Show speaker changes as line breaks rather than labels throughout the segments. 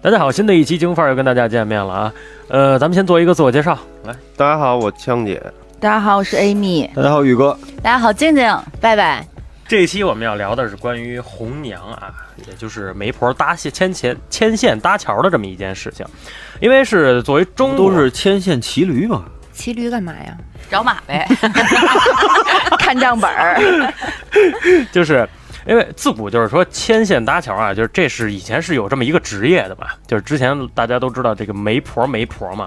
大家好，新的一期京范儿又跟大家见面了啊。呃，咱们先做一个自我介绍，来，
大家好，我枪姐。
大家好，我是 Amy。
大家好，宇哥。
大家好，静静，拜拜。
这一期我们要聊的是关于红娘啊，也就是媒婆搭线牵线牵线搭桥的这么一件事情，因为是作为中国
都是牵线骑驴嘛，
骑驴干嘛呀？
找马 呗，看账本儿。
就是 因为自古就是说牵线搭桥啊，就是这是以前是有这么一个职业的嘛，就是之前大家都知道这个媒婆媒婆嘛，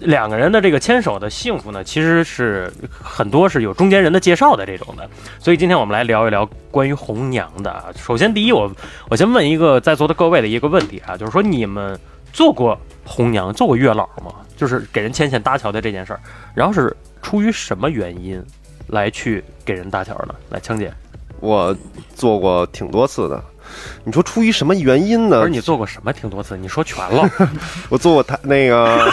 两个人的这个牵手的幸福呢，其实是很多是有中间人的介绍的这种的，所以今天我们来聊一聊关于红娘的啊。首先第一，我我先问一个在座的各位的一个问题啊，就是说你们做过红娘，做过月老吗？就是给人牵线搭桥的这件事儿，然后是出于什么原因来去给人搭桥的？来，枪姐。
我做过挺多次的，你说出于什么原因呢
呃
不是？你做过什么挺多次？你说全了，
我做过他那个，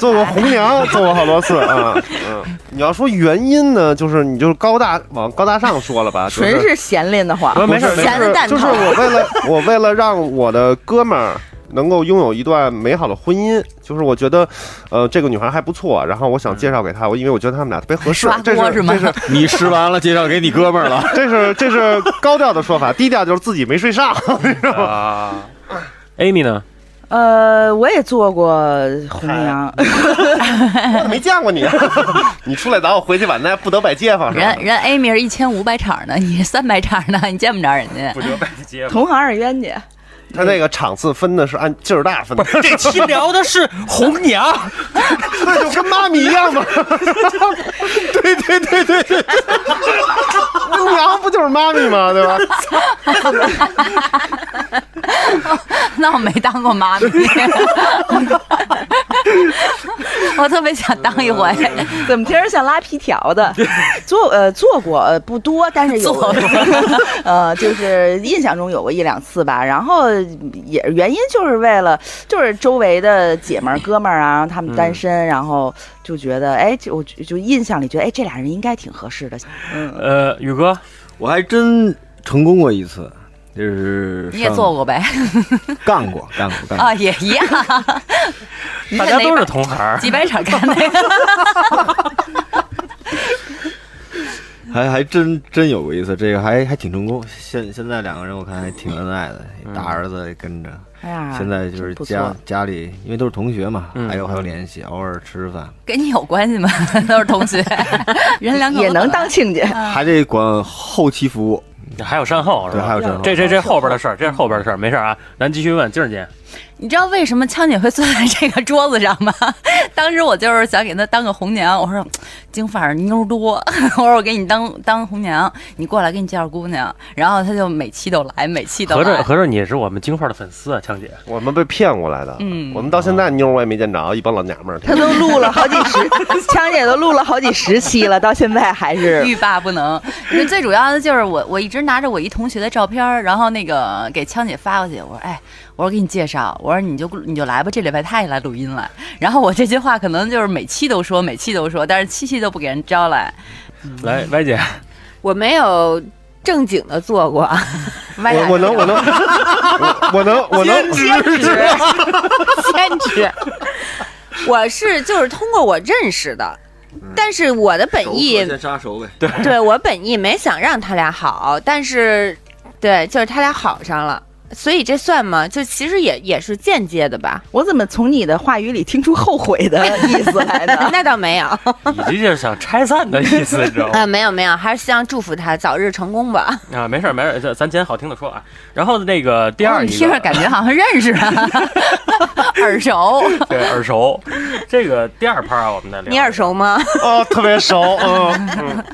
做过红娘，做过好多次啊。嗯，你要说原因呢，就是你就是高大往高大上说了吧，就
纯是闲练的话
不，是没事没事
闲的蛋
就是
疼。
我为了我为了让我的哥们儿能够拥有一段美好的婚姻，就是我觉得，呃，这个女孩还不错，然后我想介绍给她，我因为我觉得他们俩特别合适
刷，
这
锅
是
是吗
这是
你吃完了介绍给你哥们儿了，
这是这是高调的说法，低调就是自己没睡上。
啊。Amy 呢？
呃，我也做过红娘，
我没见过 你，啊你出来打我回去晚那不得百街坊是吧
人？人 Amy 是一千五百场呢，你是三百场呢，你见不着人家。
得拜接。
同行是冤家。
他那个场次分的是按劲儿大分的，
这期聊的是红娘，
那就跟妈咪一样 嘛。对对对对对，公羊不就是妈咪吗？对吧？
那我没当过妈咪，我特别想当一回。
怎么听着像拉皮条的？做呃做过呃不多，但是有
做过
呃就是印象中有过一两次吧。然后也原因就是为了就是周围的姐们儿哥们儿啊，他们单
嗯
身，然后就觉得哎，就我就印象里觉得哎这俩人应该挺合适的。嗯，
呃，宇哥，
我还真成功过一次，就是
你也
上
做过呗？
干过干过干过，
啊，也一样。你
大家
看哪
都是
百
同行儿。
几百场看那个，
还还真真有过一次，这个还还挺成功。现现在两个人我看还挺恩爱的，大儿子也跟着，
哎呀，
现在就是
真不
家
错
家里因为都是同学嘛，
嗯
还有还有联系，偶尔吃吃饭，
跟你有关系吗？都是 同学，人两口子啊
也能当亲家。
还得管后期服务，
还有善后是
对，
吧？
还有这
这这这后边的事儿，这是后边的事儿，没事儿啊。咱继续问静儿姐，
你知道为什么枪姐会坐在这个桌子上吗？当时我就是想给她当个红娘，我说京范儿妞儿多，我说我给你当当红娘，你过来给你介绍姑娘。然后她就每期都来，每期都
合着
来。
合着你是我们京范儿的粉丝啊，强姐。
我们被骗过来的，
嗯
我们到现在妞儿我也没见着，一帮老娘们儿。
他都录了好几十， 枪姐都录了好几十期了，到现在还 是
欲罢不能，最主要的就是我，我一直拿着我一同学的照片儿，然后那个给枪姐发过去，我说，哎，我说给你介绍，我说你就你就来吧，这礼拜他也来录音了。然后我这句话可能就是每期都说，每期都说，但是七期都不给人招来。
来，歪 姐，
我没有正经的做过，
歪
我我能
哎
我能我我能我能
兼职，我是就是通过我认识的，但是我的本意，
杀熟呗。
对我本意没想让他俩好，但是对，就是他俩好上了，所以这算吗？就其实也也是间接的吧，
我怎么从你的话语里听出后悔的意思来呢？
那倒没有啊、
以及就是想拆散的意思，你知道吗？
没有没有，还是希望祝福他早日成功吧。
啊，没事儿没事儿，咱咱捡好听的说啊。然后那个第
第
二一个，
听着感觉好像认识啊， 耳熟。
对耳熟，这个第二趴啊，我们再聊。
你耳 熟吗？
哦，特别熟，嗯嗯，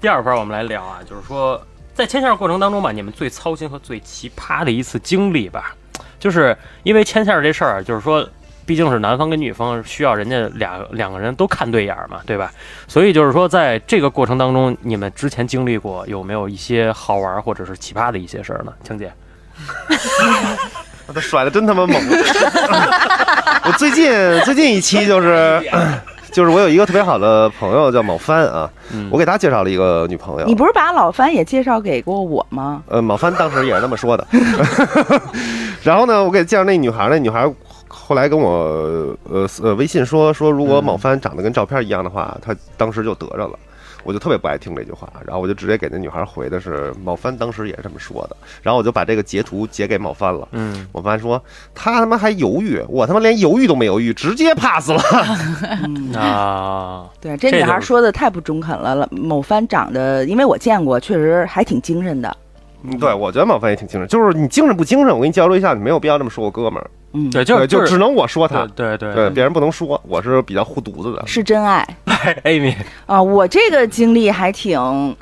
第二盘我们来聊啊，就是说在牵线过程当中吧，你们最操心和最奇葩的一次经历吧，就是因为牵线这事儿，啊就是说。毕竟是男方跟女方需要人家俩两个人都看对眼儿嘛，对吧？所以就是说，在这个过程当中，你们之前经历过有没有一些好玩儿或者是奇葩的一些事儿呢？青姐，
我 他甩的真他妈猛。我最近最近一期就是 就是我有一个特别好的朋友叫某帆啊，
嗯
我给他介绍了一个女朋友。
你不是把老番也介绍给过 我吗？
呃，某帆当时也是那么说的。 然后呢，我给介绍那女孩儿，那女孩儿后来跟我呃呃微信说说，如果某帆长得跟照片一样的话，她当时就得着了。我就特别不爱听这句话，然后我就直接给那女孩儿回的是某帆当时也是这么说的，然后我就把这个截图截给某帆了。
嗯，
某帆说他他妈还犹豫，我他妈连犹豫都没犹豫，直接 pass 了。
嗯，
啊，
对，这
这
女孩
就是
说的太不中肯了。了某番长得，因为我见过，确实还挺精神的。
嗯对，我觉得某帆也挺精神，就是你精神不精神，我跟你交流一下，你没有必要这么说我哥们儿。
嗯，
对，就是
对就
就是
只能我说他
对，对对
对，别人不能说，我是比较护犊子的。
是真爱
Amy，
啊！我这个经历还挺。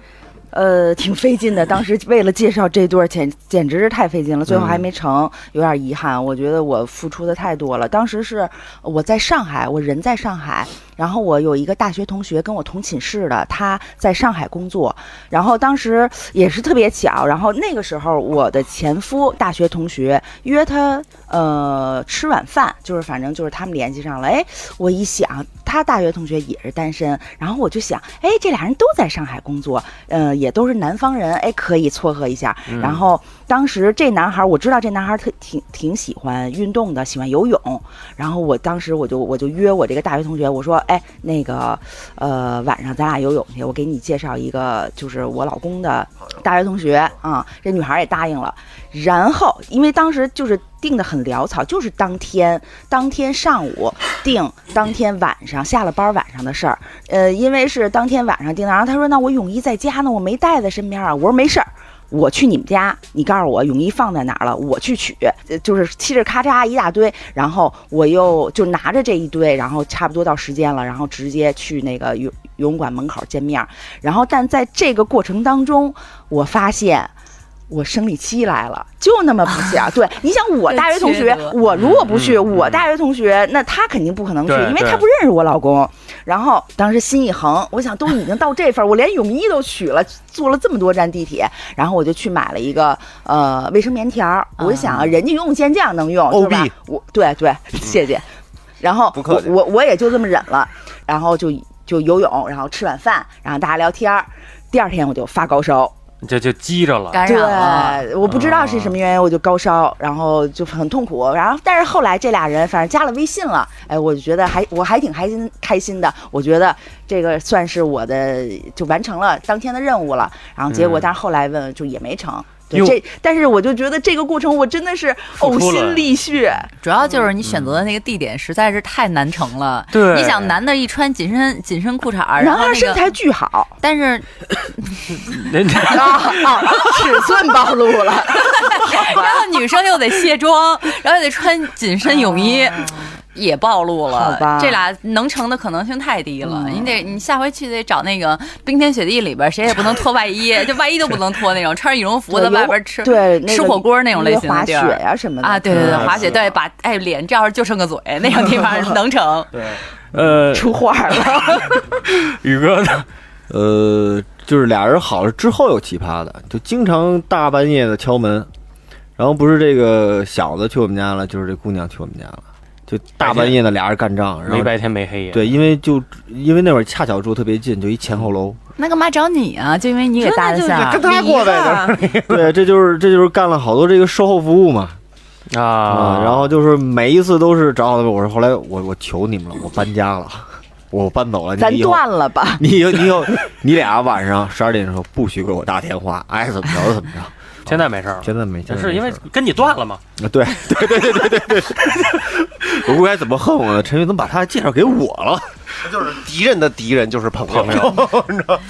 呃，挺费劲的。当时为了介绍这对儿，简简直是太费劲了，最后还没成，有点遗憾。我觉得我付出的太多了。当时是我在上海，我人在上海，然后我有一个大学同学跟我同寝室的，他在上海工作，然后当时也是特别巧，然后那个时候我的前夫大学同学约他呃吃晚饭，就是反正就是他们联系上了，哎，我一想他大学同学也是单身，然后我就想，哎，这俩人都在上海工作，呃，也都是南方人，哎，可以撮合一下。然后当时这男孩儿，我知道这男孩儿特挺挺喜欢运动的，喜欢游泳。然后我当时我就我就约我这个大学同学，我说，哎，那个，呃，晚上咱俩游泳去，我给你介绍一个，就是我老公的大学同学啊、这女孩儿也答应了。然后因为当时就是定的很潦草，就是当天当天上午定，当天晚上下了班晚上的事儿。呃，因为是当天晚上订的，然后他说那我泳衣在家呢，我没带在身边啊。我说没事儿，我去你们家，你告诉我泳衣放在哪儿了，我去取。呃就是嘁哩咔嚓一大堆，然后我又就拿着这一堆，然后差不多到时间了，然后直接去那个游游泳馆门口见面儿。然后但在这个过程当中，我发现。我生理期来了，就那么不 巧。对，你想我大学同学
缺德，
我如果不去，
啊嗯嗯
我大学同学那他肯定不可能去，
对
因为
对
他不认识我老公。然后当时心一横，我想都已经到这份儿，我连泳衣都取了，坐了这么多站地铁，然后我就去买了一个呃卫生棉条儿，我就想
嗯
啊，人家游泳健将能用，对吧
OB？
我对 对，谢谢。然后
不客
我
气
我我也就这么忍了，然后就就游泳，然后吃晚饭，然后大家聊天儿。第二天我就发高烧，
这就积着了，
感染了，
对，我不知道是什么原因，我就高烧，然后就很痛苦。然后，但是后来这俩人反正加了微信了，哎，我就觉得还我还挺开心开心的。我觉得这个算是我的就完成了当天的任务了。然后结果，
嗯
但是后来问就也没成。对
哟
这，但是我就觉得这个过程我真的是
付
呕
出了
心沥血，
主要就是你选择的那个地点实在是太难成了。
对
你想男的一穿紧身紧身裤衩儿，然
男
后
孩
那
身
个，
材巨好
但是
人家
啊 啊，尺寸暴露了，
然后女生又得卸妆，然后又得穿紧身泳衣，也暴露
啊好吧嗯
了。这俩能成的可能性太低了。你得你下回去得找那个冰天雪地里边，谁也不能脱外衣，就外衣都不能脱那种，穿着羽绒服在外边 吃
对那
吃
个
火锅那种类型
滑
的
雪
地儿。
呀什么的
啊，对对对，
嗯
滑雪，对，把哎脸罩着就剩个嘴那种地 方能成。
呃，
出画了，
宇哥呢？
呃，就是俩人好了之后有奇葩的，就经常大半夜的敲门，然后不是这个小子去我们家了，就是这姑娘去我们家了，就大半夜的俩人干仗，然
没
后
白天没黑夜，
对，因为就因为那会儿恰巧住特别近，就一前 后楼，
那干嘛找你啊？就因为你给搭的
真的
线
就
儿
是，他 过来的，
对，这就是这就是干了好多这个售后服务嘛
啊，
嗯然后就是每一次都是找好的，我说后来我我求你们了，我搬家了， 我搬走了，
咱
你以后
断了吧。
你有你有，你俩晚上十二点的时候不许给我打电话，爱怎么着就怎么着。
现在没事儿了，
现在没，现在
是
没
因为
事儿
跟你断了嘛？
啊对 对对对对对对，我不该怎么恨我呢？陈云怎么把他介绍给我了？
就是敌人的敌人就是朋友，
朋友，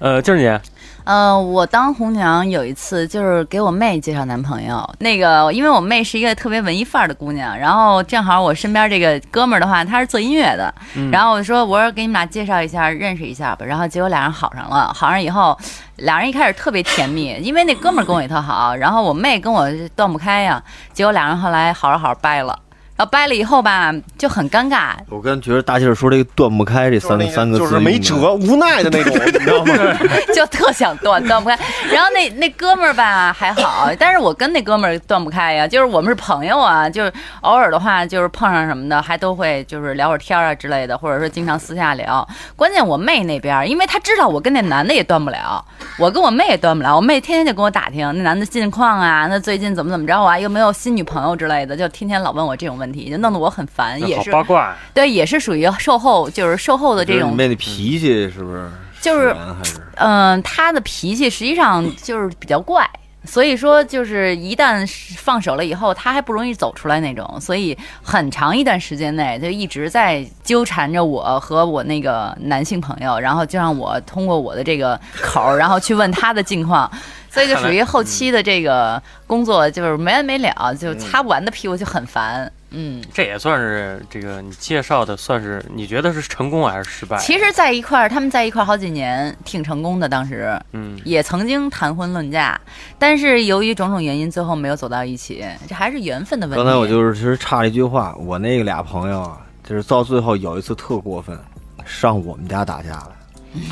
呃，静儿姐，
呃，我当红娘有一次就是给我妹介绍男朋友，那个因为我妹是一个特别文艺范儿的姑娘，然后正好我身边这个哥们儿的话，他是做音乐的，然后我说我说给你们俩介绍一下，认识一下吧，然后结果俩人好上了，好上以后，俩人一开始特别甜蜜，因为那哥们儿跟我也特好，然后我妹跟我断不开呀，结果俩人后来好着好着掰了。然后掰了以后吧就很尴尬，
我刚觉得大庆说这个断不开这
就是
三
那
个三个字，
就是没辙，无奈的那 种，你知道吗？
就特想断断不开。然后那那哥们儿吧还好，但是我跟那哥们儿断不开呀，就是我们是朋友啊，就是偶尔的话就是碰上什么的，还都会就是聊会儿天儿啊之类的，或者说经常私下聊。关键我妹那边儿，因为她知道我跟那男的也断不了，我跟我妹也断不了，我妹天天就跟我打听那男的近况啊，那最近怎么怎么着啊，有没有新女朋友之类的，就天天老问我这种问题，就弄得我很烦，也
好
是
八卦，
对，也是属于售后，就是售后的这
就是你
种
妹那脾气是不是？
就是
使然还是
嗯，他的脾气实际上就是比较怪，所以说就是一旦是放手了以后，他还不容易走出来那种，所以很长一段时间内就一直在纠缠着我和我那个男性朋友，然后就让我通过我的这个口儿，然后去问他的近况。所以就属于后期的这个工作，就是没完没了，就擦不完的屁股就很烦。嗯，
这也算是这个你介绍的，算是你觉得是成功还是失败？
其实，在一块儿，他们在一块儿好几年，挺成功的。当时，
嗯，
也曾经谈婚论嫁，但是由于种种原因，最后没有走到一起，这还是缘分的问题。
刚才我就是其实差了一句话，我那俩朋友啊，就是到最后有一次特过分，上我们家打架了，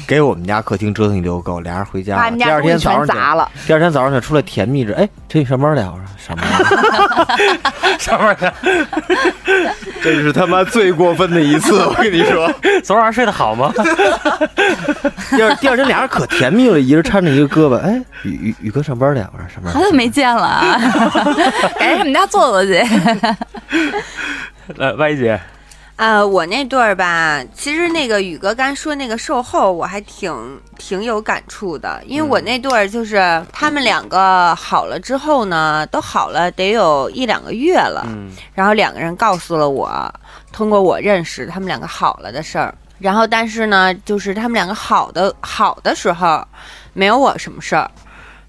给我们家客厅折腾一溜够，俩人回家了，
把你们
第
家
二
东西
天早
全
上起
砸了，
第二天早上想出来甜蜜着，哎，这你上班了呀？我说上班了。
上面的
这是他妈最过分的一次，我跟你说。
昨晚上睡得好 吗？
第二第二天俩人可甜蜜了，一人搀着一个胳膊，哎，宇宇宇哥上班了呀？我说上班
好久没见了啊，赶紧上我们家坐坐去。
来，歪姐，
呃，我那对儿吧，其实那个宇哥刚说那个售后，我还挺挺有感触的，因为我那对儿就是他们两个好了之后呢，都好了得有一两个月了，
嗯，
然后两个人告诉了我，通过我认识他们两个好了的事儿。然后，但是呢，就是他们两个好的好的时候，没有我什么事儿，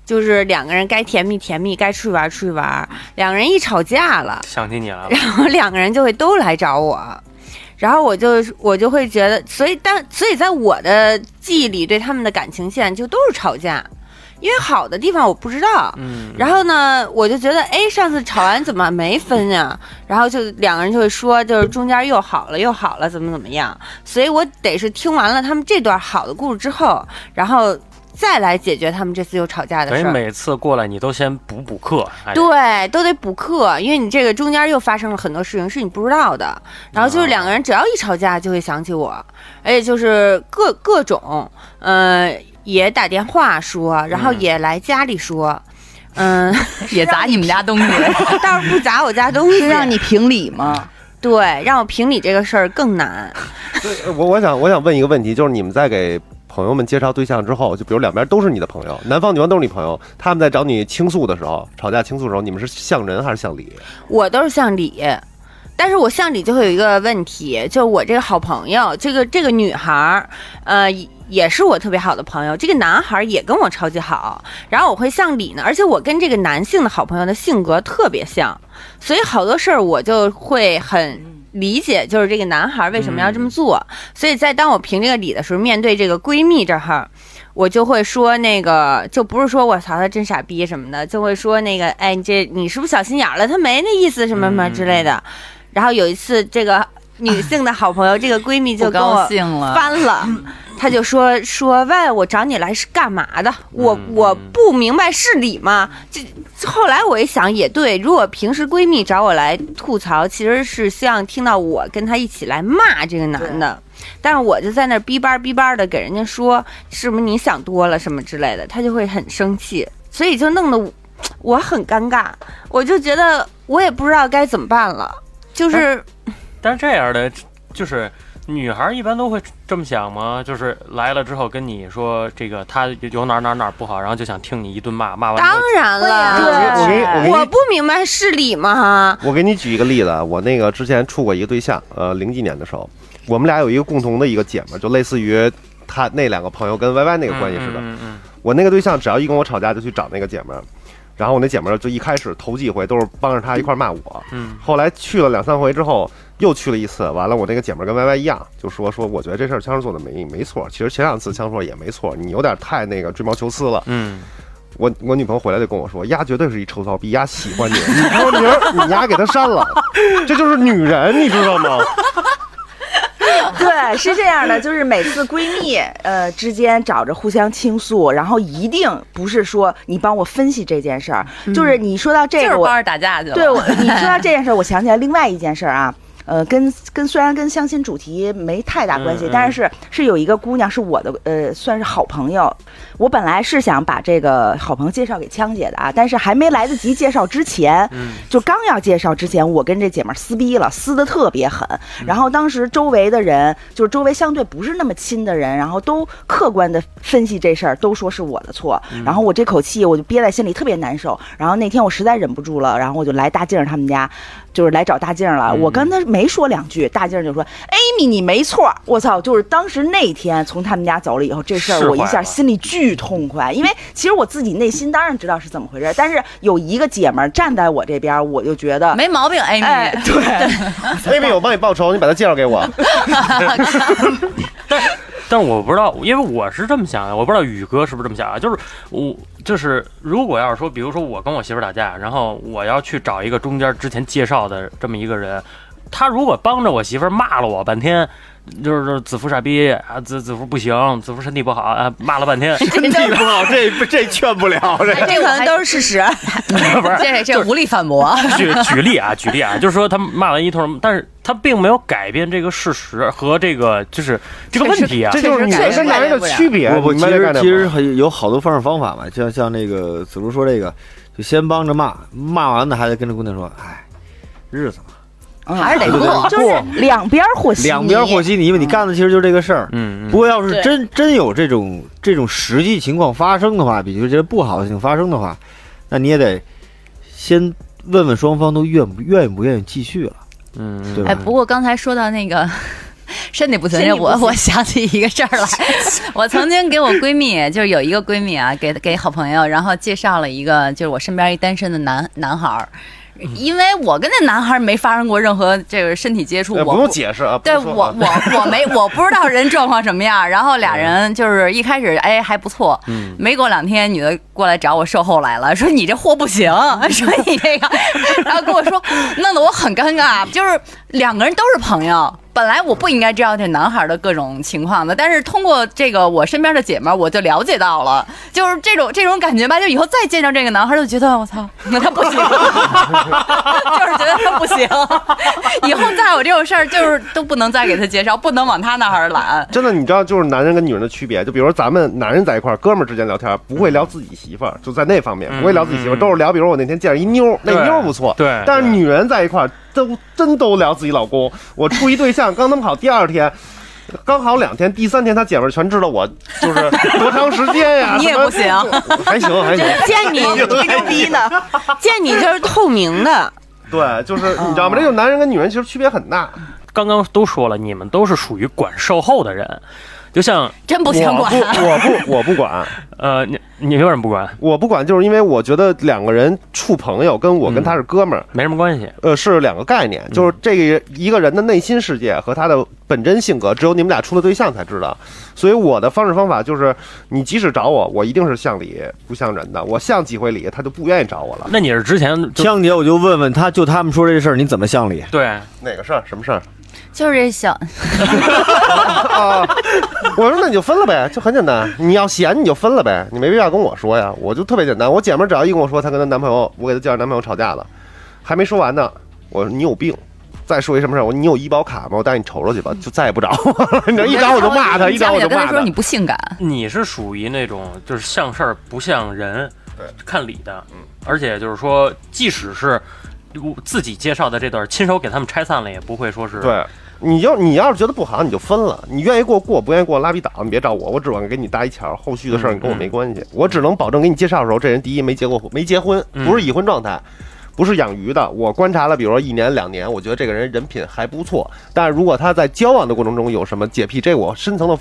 就是两个人该甜蜜甜蜜，该出去玩儿出去玩儿。两个人一吵架了，
想起你来了，
然后两个人就会都来找我，然后我就我就会觉得，所以但所以在我的记忆里，对他们的感情线就都是吵架，因为好的地方我不知道，
嗯，
然后呢，我就觉得，哎，上次吵完怎么没分呀、然后就两个人就会说，就是中间又好了，又好了，怎么怎么样。所以我得是听完了他们这段好的故事之后，然后再来解决他们这次又吵架的
等于
事儿。
每次过来你都先补补课，哎，
对，都得补课，因为你这个中间又发生了很多事情是你不知道的。然后就是两个人只要一吵架就会想起我，而且就是各各种，呃，也打电话说，然后也来家里说，嗯，
也砸你们家东西，
倒是不砸我家东西，
是让你评理吗？
对，让我评理这个事儿更难。
对，我我想我想问一个问题，就是你们在给朋友们介绍对象之后，就比如两边都是你的朋友，男方女方都是你朋友，他们在找你倾诉的时候，吵架倾诉的时候，你们是向人还是向理？
我都是向理，但是我向理就会有一个问题，就是我这个好朋友，这个这个女孩儿，呃，也是我特别好的朋友，这个男孩儿也跟我超级好，然后我会向理呢，而且我跟这个男性的好朋友的性格特别像，所以好多事儿我就会很。理解就是这个男孩儿为什么要这么做，所以在当我评这个理的时候，面对这个闺蜜这儿，我就会说那个，就不是说我操他真傻逼什么的，就会说那个，哎，你这你是不是小心眼儿了？他没那意思什么什么之类的。然后有一次，这个女性的好朋友，这个闺蜜
不
就跟
高
我
兴了。
翻了，她就说说喂，我找你来是干嘛的？我
嗯
我不明白是理吗？这这后来我一想也对，如果平时闺蜜找我来吐槽，其实是希望听到我跟她一起来骂这个男的。但是我就在那儿逼巴逼巴的给人家说，是不是你想多了什么之类的，她就会很生气，所以就弄得我我很尴尬，我就觉得我也不知道该怎么办了，就是
但是这样的就是。女孩一般都会这么想吗？就是来了之后跟你说这个她有哪儿哪儿哪儿不好，然后就想听你一顿骂，骂完之
当
后
然
啊
我
了，
给我给我给
我
你
不明白是理吗？
我给你举一个例子啊，我那个之前处过一个对象，呃，零几年的时候，我们俩有一个共同的一个姐们儿，就类似于她那两个朋友跟 Y Y 那个关系似的。
嗯嗯
我那个对象只要一跟我吵架，就去找那个姐们儿，然后我那姐们儿就一开始头几回都是帮着她一块儿骂我，
嗯
后来去了两三回之后，又去了一次。完了，我那个姐们儿跟 Y Y 一样，就说说我觉得这事儿枪叔做的没没错，其实前两次枪叔也没错，你有点太那个追毛求疵了。
嗯
我我女朋友回来就跟我说，丫绝对是一臭骚逼，丫喜欢你，你给我名儿，你丫给他删了，这就是女人，你知道吗？
对，是这样的，就是每次闺蜜呃之间找着互相倾诉，然后一定不是说你帮我分析这件事儿，就是你说到这
就是
个，我
帮着打架去了。
对我，你说到这件事儿，我想起来另外一件事儿啊。呃，跟跟虽然跟相亲主题没太大关系，
嗯嗯
但是是有一个姑娘是我的呃，算是好朋友。我本来是想把这个好朋友介绍给枪姐的啊，但是还没来得及介绍之前，
嗯
就刚要介绍之前，我跟这姐们儿撕逼了，撕的特别狠。
嗯
然后当时周围的人，就是周围相对不是那么亲的人，然后都客观的分析这事儿，都说是我的错。
嗯
然后我这口气我就憋在心里，特别难受。然后那天我实在忍不住了，然后我就来大静儿他们家，就是来找大静儿了。
嗯
我跟他没说两句，大静儿就说：“Amy，你没错儿。”我操！就是当时那天从他们家走了以后，这事
释
儿我一
怀
下
了
心里巨痛快，因为其实我自己内心当然知道是怎么回事，但是有一个姐们儿站在我这边儿，我就觉得。
没毛病，Amy。
哎，对，
妹妹，我帮你报仇，你把他介绍给我。
但我不知道，因为我是这么想的，我不知道宇哥是不是这么想啊？就是我，就是如果要是说，比如说我跟我媳妇儿打架，然后我要去找一个中间之前介绍的这么一个人，他如果帮着我媳妇儿骂了我半天，就是子夫傻逼啊，子子夫不行，子夫身体不好啊，骂了半天，
身体不好，这这劝不了这。
这可能都是事实。
不是
这这无力反驳，
举举例啊，举例啊，就是说他骂完一通，但是他并没有改变这个事实和这个就是这个问题啊
这。就是女人跟男人的区别。
不不，
你
其
们
实
干这
其
活儿
实很有好多方式方法嘛，就像像那个子路说这个，就先帮着骂，骂完呢还得跟着姑娘说，哎，日子嘛，
还是得过。
嗯就是两边儿和稀泥
两边和稀泥嘛，你干的其实就是这个事儿。
嗯，嗯
不过要是真真有这种这种实际情况发生的话，比如这不好的事情发生的话，那你也得先问问双方都愿不愿意不愿意继续了，
嗯，嗯
对吧？
哎，不过刚才说到那个身体不行，
身体不
我
行
我想起一个事儿 来。我曾经给我闺蜜，就是有一个闺蜜啊，给给好朋友，然后介绍了一个就是我身边一单身的男男孩儿，因为我跟那男孩儿没发生过任何这个身体接触，
呃
我
不用解释啊，不
对
用
我
说啊
我我没我不知道人状况什么样，然后俩人就是一开始哎还不错，
嗯
没过两天女的过来找我售后来了，说你这货不行， 说你这个，然后跟我说弄得我很尴尬，就是两个人都是朋友。本来我不应该知道这男孩的各种情况的，但是通过这个我身边的姐们儿，我就了解到了，就是这种这种感觉吧。就以后再见到这个男孩，就觉得我操， 那他不行，就是觉得他不行， 以后再有这种事儿，就是都不能再给他介绍，不能往他那儿揽。
真的，你知道，就是男人跟女人的区别。就比如说咱们男人在一块儿，哥们儿之间聊天，不会聊自己媳妇儿，就在那方面
嗯
不会聊自己媳妇儿，
嗯
都是聊，比如我那天见着一妞儿，那
对
妞儿不错，
对
但是
对
女人在一块儿都真都聊自己老公。我处一对象，刚他们好，第二天。刚好两天，第三天他姐们儿全知道我就是多长时间呀、
你也
什么
不行，
还行还行，
见你
吹牛逼呢，
见你就是透明的，
对，就是你知道吗？这种男人跟女人其实区别很 大。
刚刚都说了，你们都是属于管售后的人，就像
真不
我
想管。
我不我不管，
呃，你你为什么不管？
我不管，就是因为我觉得两个人处朋友，跟我跟他是哥们儿，
没什么关系。
呃，是两个概念，就是这个人一个人的内心世界和他的本真性格，只有你们俩处的对象才知道。所以我的方式方法就是，你即使找我，我一定是向理不向人的，我向几回理，他就不愿意找我了。
那你是之前就
江姐，我就问问他，就他们说这事儿，你怎么向理？
对，
哪个事儿？什么事儿？
就是这小，
啊，我说那你就分了呗，就很简单。你要闲你就分了呗，你没必要跟我说呀。我就特别简单，我姐们儿只要一跟我说她跟她男朋友，我给她介绍男朋友吵架了，还没说完呢，我说你有病。再说一什么事儿？我说你有医保卡吗？我带你瞅瞅去吧，就再也不找我了。你知道，一找我就骂他，一找我就
跟
骂
他说
他
你。不性感，
你是属于那种就是像事儿不像人，
对，
看理的。而且就是说，即使是自己介绍的这段，亲手给他们拆散了，也不会说是。
对，你要你要是觉得不好，你就分了。你愿意过过，不愿意过拉比倒，你别找我，我只管给你搭一桥。后续的事儿
嗯
你跟我
嗯
没关系，我只能保证给你介绍的时候，这人第一没结过婚，没结婚，
嗯
不是已婚状态。不是养鱼的，我观察了，比如说一年两年，我觉得这个人人品还不错。但是如果他在交往的过程中有什么洁癖，这我深层的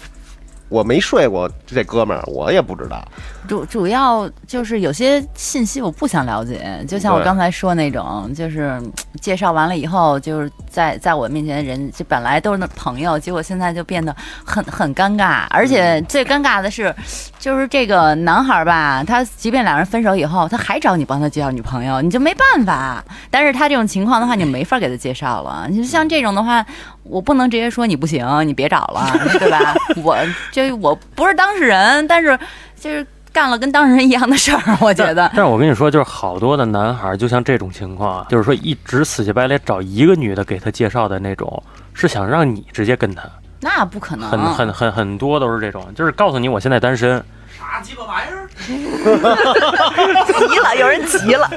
我没睡过这哥们儿，我也不知道。
主主要就是有些信息我不想了解，就像我
对
刚才说那种，就是嗯介绍完了以后，就是在在我面前人就本来都是那朋友，结果现在就变得很很尴尬，而且
嗯
最尴尬的是，就是这个男孩吧，他即便两人分手以后，他还找你帮他介绍女朋友，你就没办法。但是他这种情况的话，你就没法给他介绍了。你就像这种的话，我不能直接说你不行，你别找了，对 吧？我这我不是当事人，但是就是干了跟当事人一样的事儿，我觉得
但。是我跟你说，就是好多的男孩儿，就像这种情况啊，就是说一直死乞白赖找一个女的给他介绍的那种，是想让你直接跟他，
那不可能，
很很很很多都是这种，就是告诉你我现在单身，
急了，有人急了，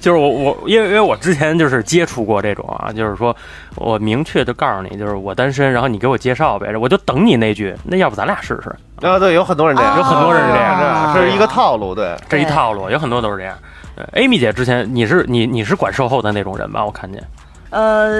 就是我我因为因为我之前就是接触过这种啊，就是说我明确就告诉你，就是我单身，然后你给我介绍呗，我就等你那句，那要不咱俩试试？
啊，对，有很多人这样，
有很多人这样
啊这是一个套路，对。
这一
对
套路有很多都是这样。呃 Amy 姐之前你是你你是管售后的那种人吧？我看见，
呃，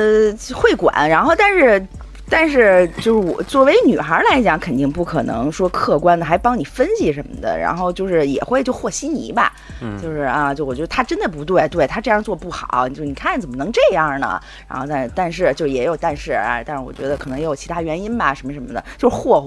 会管，然后但是。但是，就是我作为女孩来讲，肯定不可能说客观的还帮你分析什么的，然后就是也会就和稀泥吧，
嗯
就是啊，就我觉得他真的不对，对他这样做不好，就你看怎么能这样呢？然后但但是就也有但是啊，但是我觉得可能也有其他原因吧，什么什么的，就是霍
哦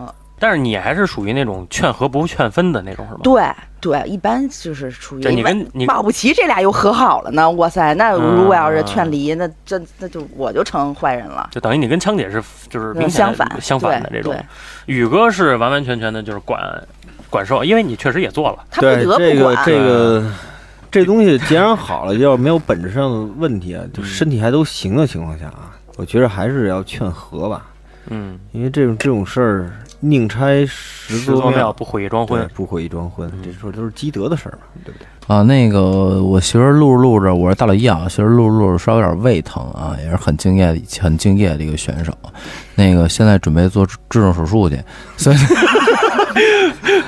霍，
但是你还是属于那种劝和不劝分的那种是吗？
对对，一般就是处于
就你跟
万
你
保不齐这俩又和好了呢，哇塞，那
嗯
如果要是劝离，那真那就我就成坏人了。
就等于你跟枪姐是就是明显
嗯相
的
反，
相反的
对
这种
对。
宇哥是完完全全的就是管管售，因为你确实也做了。
他不
对
得
这
不
个
管。
这个这东西，既然好了，要是没有本质上的问题啊，就身体还都行的情况下啊，我觉得还是要劝和吧，
嗯，
因为这种这种事儿，宁拆十
十座
座
庙，不毁一桩
对
婚，
不毁一桩婚，嗯这事儿都是积德的 事儿嘛，对不对？
啊，那个我媳妇儿录着录着，我是大老一啊，媳妇儿录着录着稍微有点胃疼啊，也是很敬业、很敬业的一个选手。那个现在准备做制动手术去，所以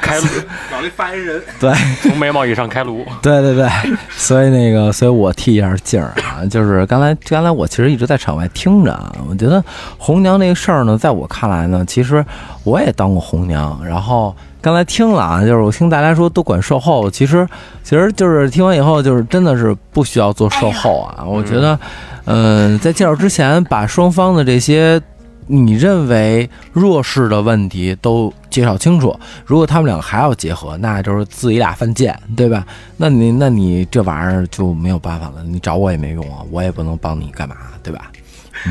开颅，
找一发言人，
对
从眉毛以上开颅。
对对对，所以那个，所以我替一下劲儿啊，就是刚才刚才我其实一直在场外听着啊，我觉得红娘这个事儿呢，在我看来呢，其实我也当过红娘，然后刚才听了啊，就是我听大家说都管售后，其实其实就是听完以后，就是真的是不需要做售后啊，我觉得，嗯、在介绍之前把双方的这些。你认为弱势的问题都介绍清楚，如果他们两个还要结合，那就是自己俩犯贱，对吧？那你那你这玩意儿就没有办法了，你找我也没用啊，我也不能帮你干嘛，对吧？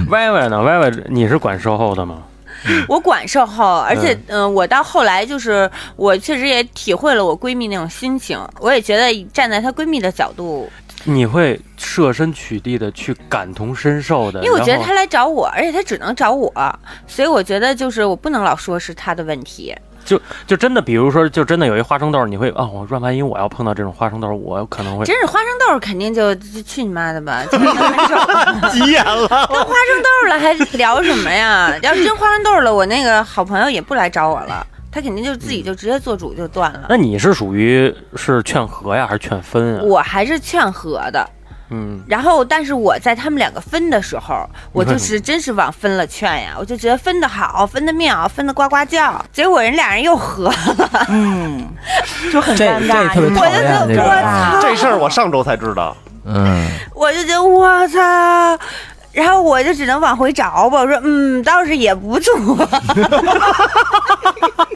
歪歪呢？歪歪，你是管售后的吗？
我管售后，而且嗯、呃我到后来就是我确实也体会了我闺蜜那种心情，我也觉得站在她闺蜜的角度，
你会设身处地的去感同身受的，
因为我觉得
然后
她来找我，而且她只能找我，所以我觉得就是我不能老说是她的问题。
就真的，比如说，就真的有一花生豆，你会啊，我万万一我要碰到这种花生豆，我可能会
真是花生豆儿肯定就 就去你妈的吧， 就分手。
急眼了，
都花生豆儿了还聊什么呀？要是真花生豆儿了，我那个好朋友也不来找我了，他肯定就自己就直接做主就断了。
那你是属于是劝和呀，还是劝分啊？
我还是劝和的，
嗯，
然后，但是我在他们两个分的时候，我就是真是往分了劝呀，我就觉得分的好，分的妙，分的呱呱叫，结果人俩人又和，
嗯，就很
这
尴尬。
这特别
你
讨
们
厌
我就觉
这种
得我
啊，
操，
这事儿我上周才知道。
嗯，
我就觉得我操，然后我就只能往回找吧，我说嗯，倒是也不错 ，Good luck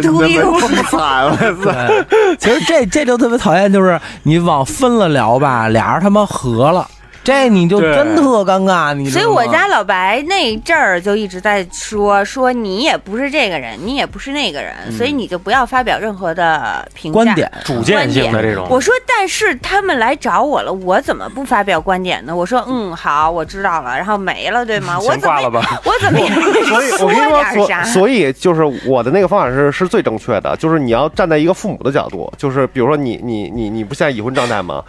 to you。
惨了，
对，其实这这就特别讨厌，就是你往分了聊吧，俩人他妈和了，这你就
对
真特尴尬，你知
所以
道吗
我家老白那阵儿就一直在说说你也不是这个人，你也不是那个人，
嗯
所以你就不要发表任何的评价。
观点，
主见性的这种，
我说，但是他们来找我了，我怎么不发表观点呢？我说，嗯，好，我知道了，然后没了，对 吗？我
先
怎么
挂了吧。
我怎么也
所以我跟你
点
说，
儿啥
所？所以就是我的那个方法是是最正确的，就是你要站在一个父母的角度，就是比如说你你你你不现在已婚状态吗？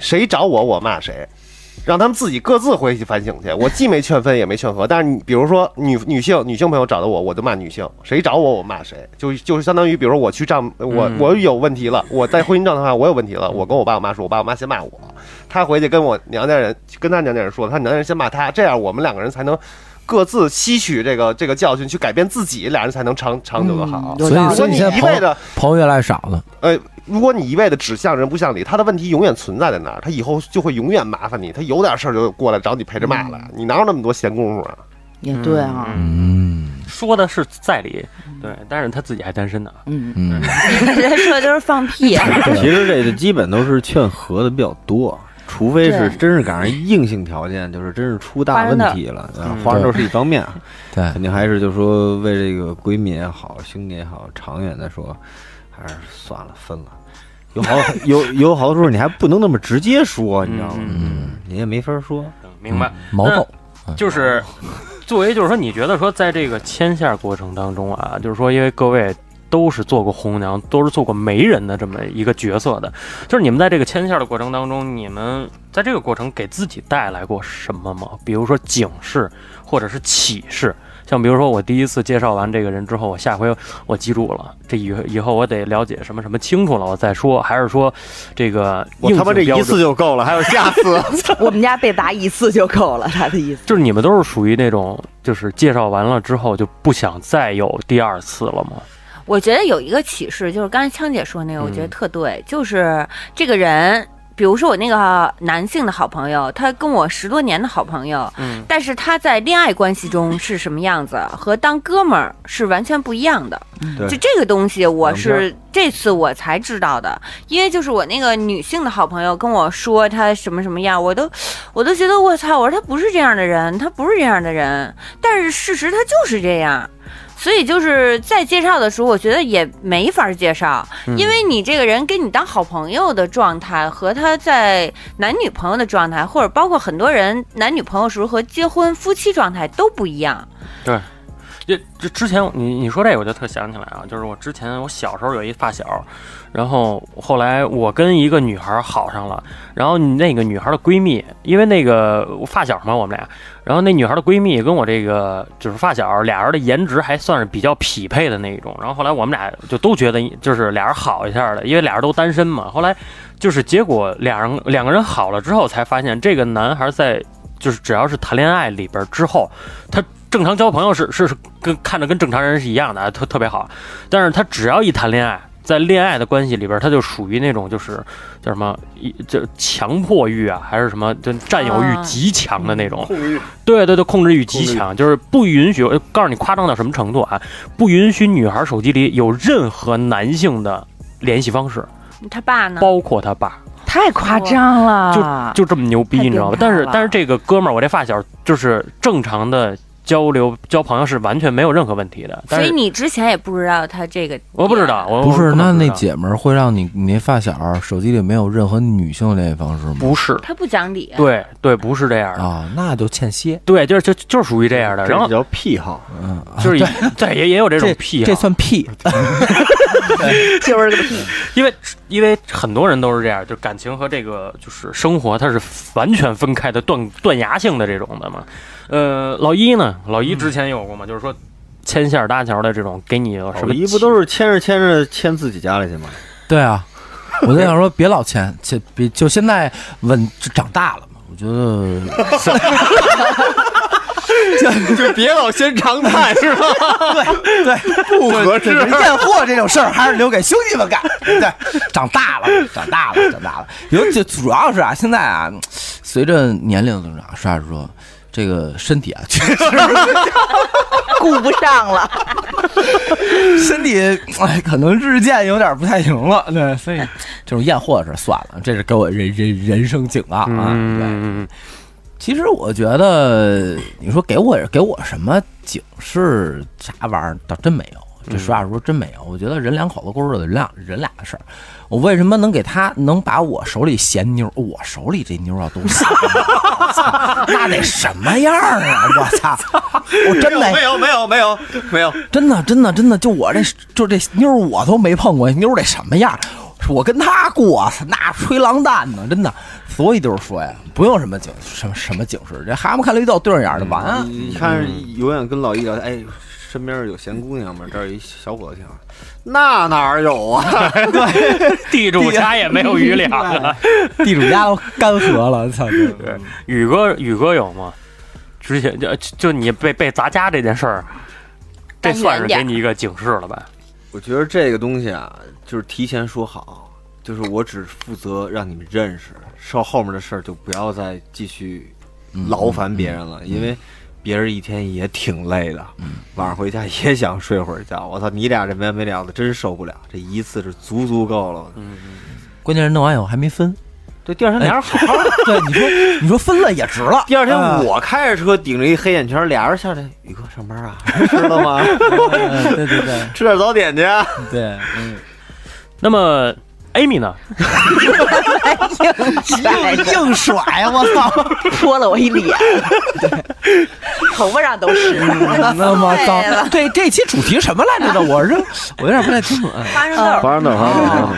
谁找我我骂谁，让他们自己各自回去反省去。我既没劝分也没劝和，但是你比如说女女性女性朋友找的我，我就骂女性；谁找我我骂谁，就就是相当于比如说我去丈我
嗯
我有问题了，我在婚姻状态上我有问题了，我跟我爸我妈说，我爸我妈先骂我，他回去跟我娘家人跟他娘家人说，他娘家人先骂他，这样我们两个人才能。各自吸取这个这个教训，去改变自己，俩人才能长长久的好。
有
所
道
以
理
嗯所以你现在
一
朋
味
友
的
朋友越来越少了。
呃，如果你一味的只向人不向理，他的问题永远存在在那儿，他以后就会永远麻烦你，他有点事儿就过来找你陪着骂来，你哪有那么多闲工夫啊？
也对啊，
嗯
嗯
说的是在理，对，但是他自己还单身呢。
嗯，
嗯，
人说的都是放 屁。
其实这个基本都是劝和的比较多，除非是
对
真是赶上硬性条件，就是真是出大问题了。啊花生豆是一方面，啊，
对，
肯定还是就是说为这个闺蜜也好，兄弟也好，长远的说，还是算了，分了。有好 有有好多时候你还不能那么直接说，你知道吗？
嗯，
你也没法说。
嗯明白？
毛豆
哎
就是作为就是说，你觉得说在这个牵线过程当中啊，就是说，因为各位都是做过红娘，都是做过媒人的这么一个角色的，就是你们在这个牵线的过程当中，你们在这个过程给自己带来过什么吗？比如说警示，或者是启示。像比如说，我第一次介绍完这个人之后，我下回我记住了，这以以后我得了解什么什么清楚了，我再说，还是说这个
我他妈这
硬性标
一
准
次就够了，还有下次。
嗯
我们家被砸一次就够了，他的意思。
就是你们都是属于那种，就是介绍完了之后就不想再有第二次了吗？
我觉得有一个启示，就是刚才枪姐说那个，我觉得
嗯
特对，就是这个人。比如说我那个男性的好朋友，他跟我十多年的好朋友，
嗯
但是他在恋爱关系中是什么样子，和当哥们儿是完全不一样的。
嗯对
就这个东西，我
两边
是这次我才知道的，因为就是我那个女性的好朋友跟我说他什么什么样，我都我都觉得我操，我说他不是这样的人，他不是这样的人，但是事实他就是这样。所以就是在介绍的时候，我觉得也没法介绍，因为你这个人跟你当好朋友的状态和他在男女朋友的状态，或者包括很多人男女朋友时候和结婚夫妻状态都不一样。
这这之前你你说这个我就特想起来啊，就是我之前我小时候有一发小，然后后来我跟一个女孩好上了，然后那个女孩的闺蜜，因为那个我发小嘛我们俩，然后那女孩的闺蜜跟我这个就是发小，俩人的颜值还算是比较匹配的那一种，然后后来我们俩就都觉得就是俩人好一下的，因为俩人都单身嘛，后来就是结果俩人两个人好了之后才发现这个男孩在。就是只要是谈恋爱里边之后，他正常交朋友是是是跟看着跟正常人是一样的啊，特特别好。但是他只要一谈恋爱，在恋爱的关系里边，他就属于那种就是叫什么一就强迫欲啊，还是什么就占有欲
啊
极强的那种。对对对，控制欲极强，就是不允许。我告诉你夸张到什么程度啊？不允许女孩手机里有任何男性的联系方式，
他爸呢？
包括他爸。
太夸张
啊
了，
就这么牛逼，
太
你知道吧？
变态
但是
了
但是这个哥们儿，我这发小就是正常的交流交朋友是完全没有任何问题的。
所
但
以
是
你之前也不知道他这个，
我不知道，我
不是
我
那
根本不
那
知道
姐们儿会让你你那发小手机里没有任何女性联系方式吗？
不是，
他不讲理。
对对，不是这样的，
啊，那就欠歇。
对，就是就就是属于这样的。然后
这叫癖好。
嗯，
就是也对也也有这种
这
癖好，
这算屁。
就是个屁。
因为因为很多人都是这样，就感情和这个就是生活，它是完全分开的断断崖性的这种的嘛。呃，老一呢，老一之前有过嘛，就是说牵线搭桥的这种，给你有什
手
么
艺 不都是牵着牵着牵自己家里去吗？
对啊，我在想说别老欠， 欠别就现在稳长大了嘛，我觉得
就别老先常态是吧？
不合适。验货这种事儿还是留给兄弟 们干。对，长大了，长大了，长大了。尤其主要是啊，现在啊，随着年龄增长，实话实说，这个身体啊， 确实
顾不上 了，
身体哎，可能日渐有点不太行了。对，所以这种验货的事儿算了，这是给我人人人生警告啊。对，
嗯，
其实我觉得，你说给我给我什么警示啥玩意儿，倒真没有。这实话实说，真没有。我觉得人两口子过日子，人俩人俩的事儿。我为什么能给他能把我手里闲妞，我手里这妞要都闲，我操那得什么样儿啊！我操，我真没
有没有没有没有，
真的，真的，真的，就我这就这妞儿我都没碰过，妞儿得什么样？我跟她过，那吹狼蛋呢，真的。所以就是说呀，不用什么警，什么什么警示，这蛤蟆看绿豆对上眼儿就完啊。
你看永远跟老易聊，哎，身边有闲姑娘吗？这儿有一小伙子挺好，那哪儿有啊？
地主家也没有余粮啊。
地主家都干涸了，操！
宇哥，宇哥有吗？之前就就你被被砸家这件事儿，这算是给你一个警示了吧？
我觉得这个东西啊，就是提前说好，就是我只负责让你们认识，sau后面的事儿就不要再继续劳烦别人了，因为别人一天也挺累的，晚上回家也想睡会儿觉。我操，你俩这没完没了的，真受不了，这一次是足足够了。
关键是弄完以后还没分。 啊
对，第二天俩人好好，
对，你说你说分了也值了。
第二天
哎
我开着车顶着一黑眼圈，俩人下来，宇哥上班 啊，吃了吗？
哎对对对
吃点早点去啊。
对，嗯
那么 Amy 呢？
硬
哎硬甩我操，
泼了我一脸，头发上都是。
嗯那么 脏。对，这期主题什么来着的？我是我有点不太清楚。哎
花生豆
花生豆，花生豆，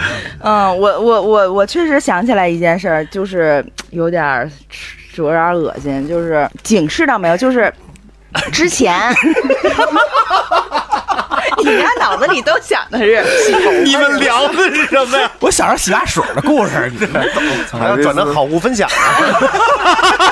嗯，我我我我确实想起来一件事儿，就是有点儿有点儿恶心，就是警示到没有，就是之 前。你家脑子里都想的是洗头发，
你们聊的是什么呀？
我想着洗发水的故事，你们
还要转成好物分享啊！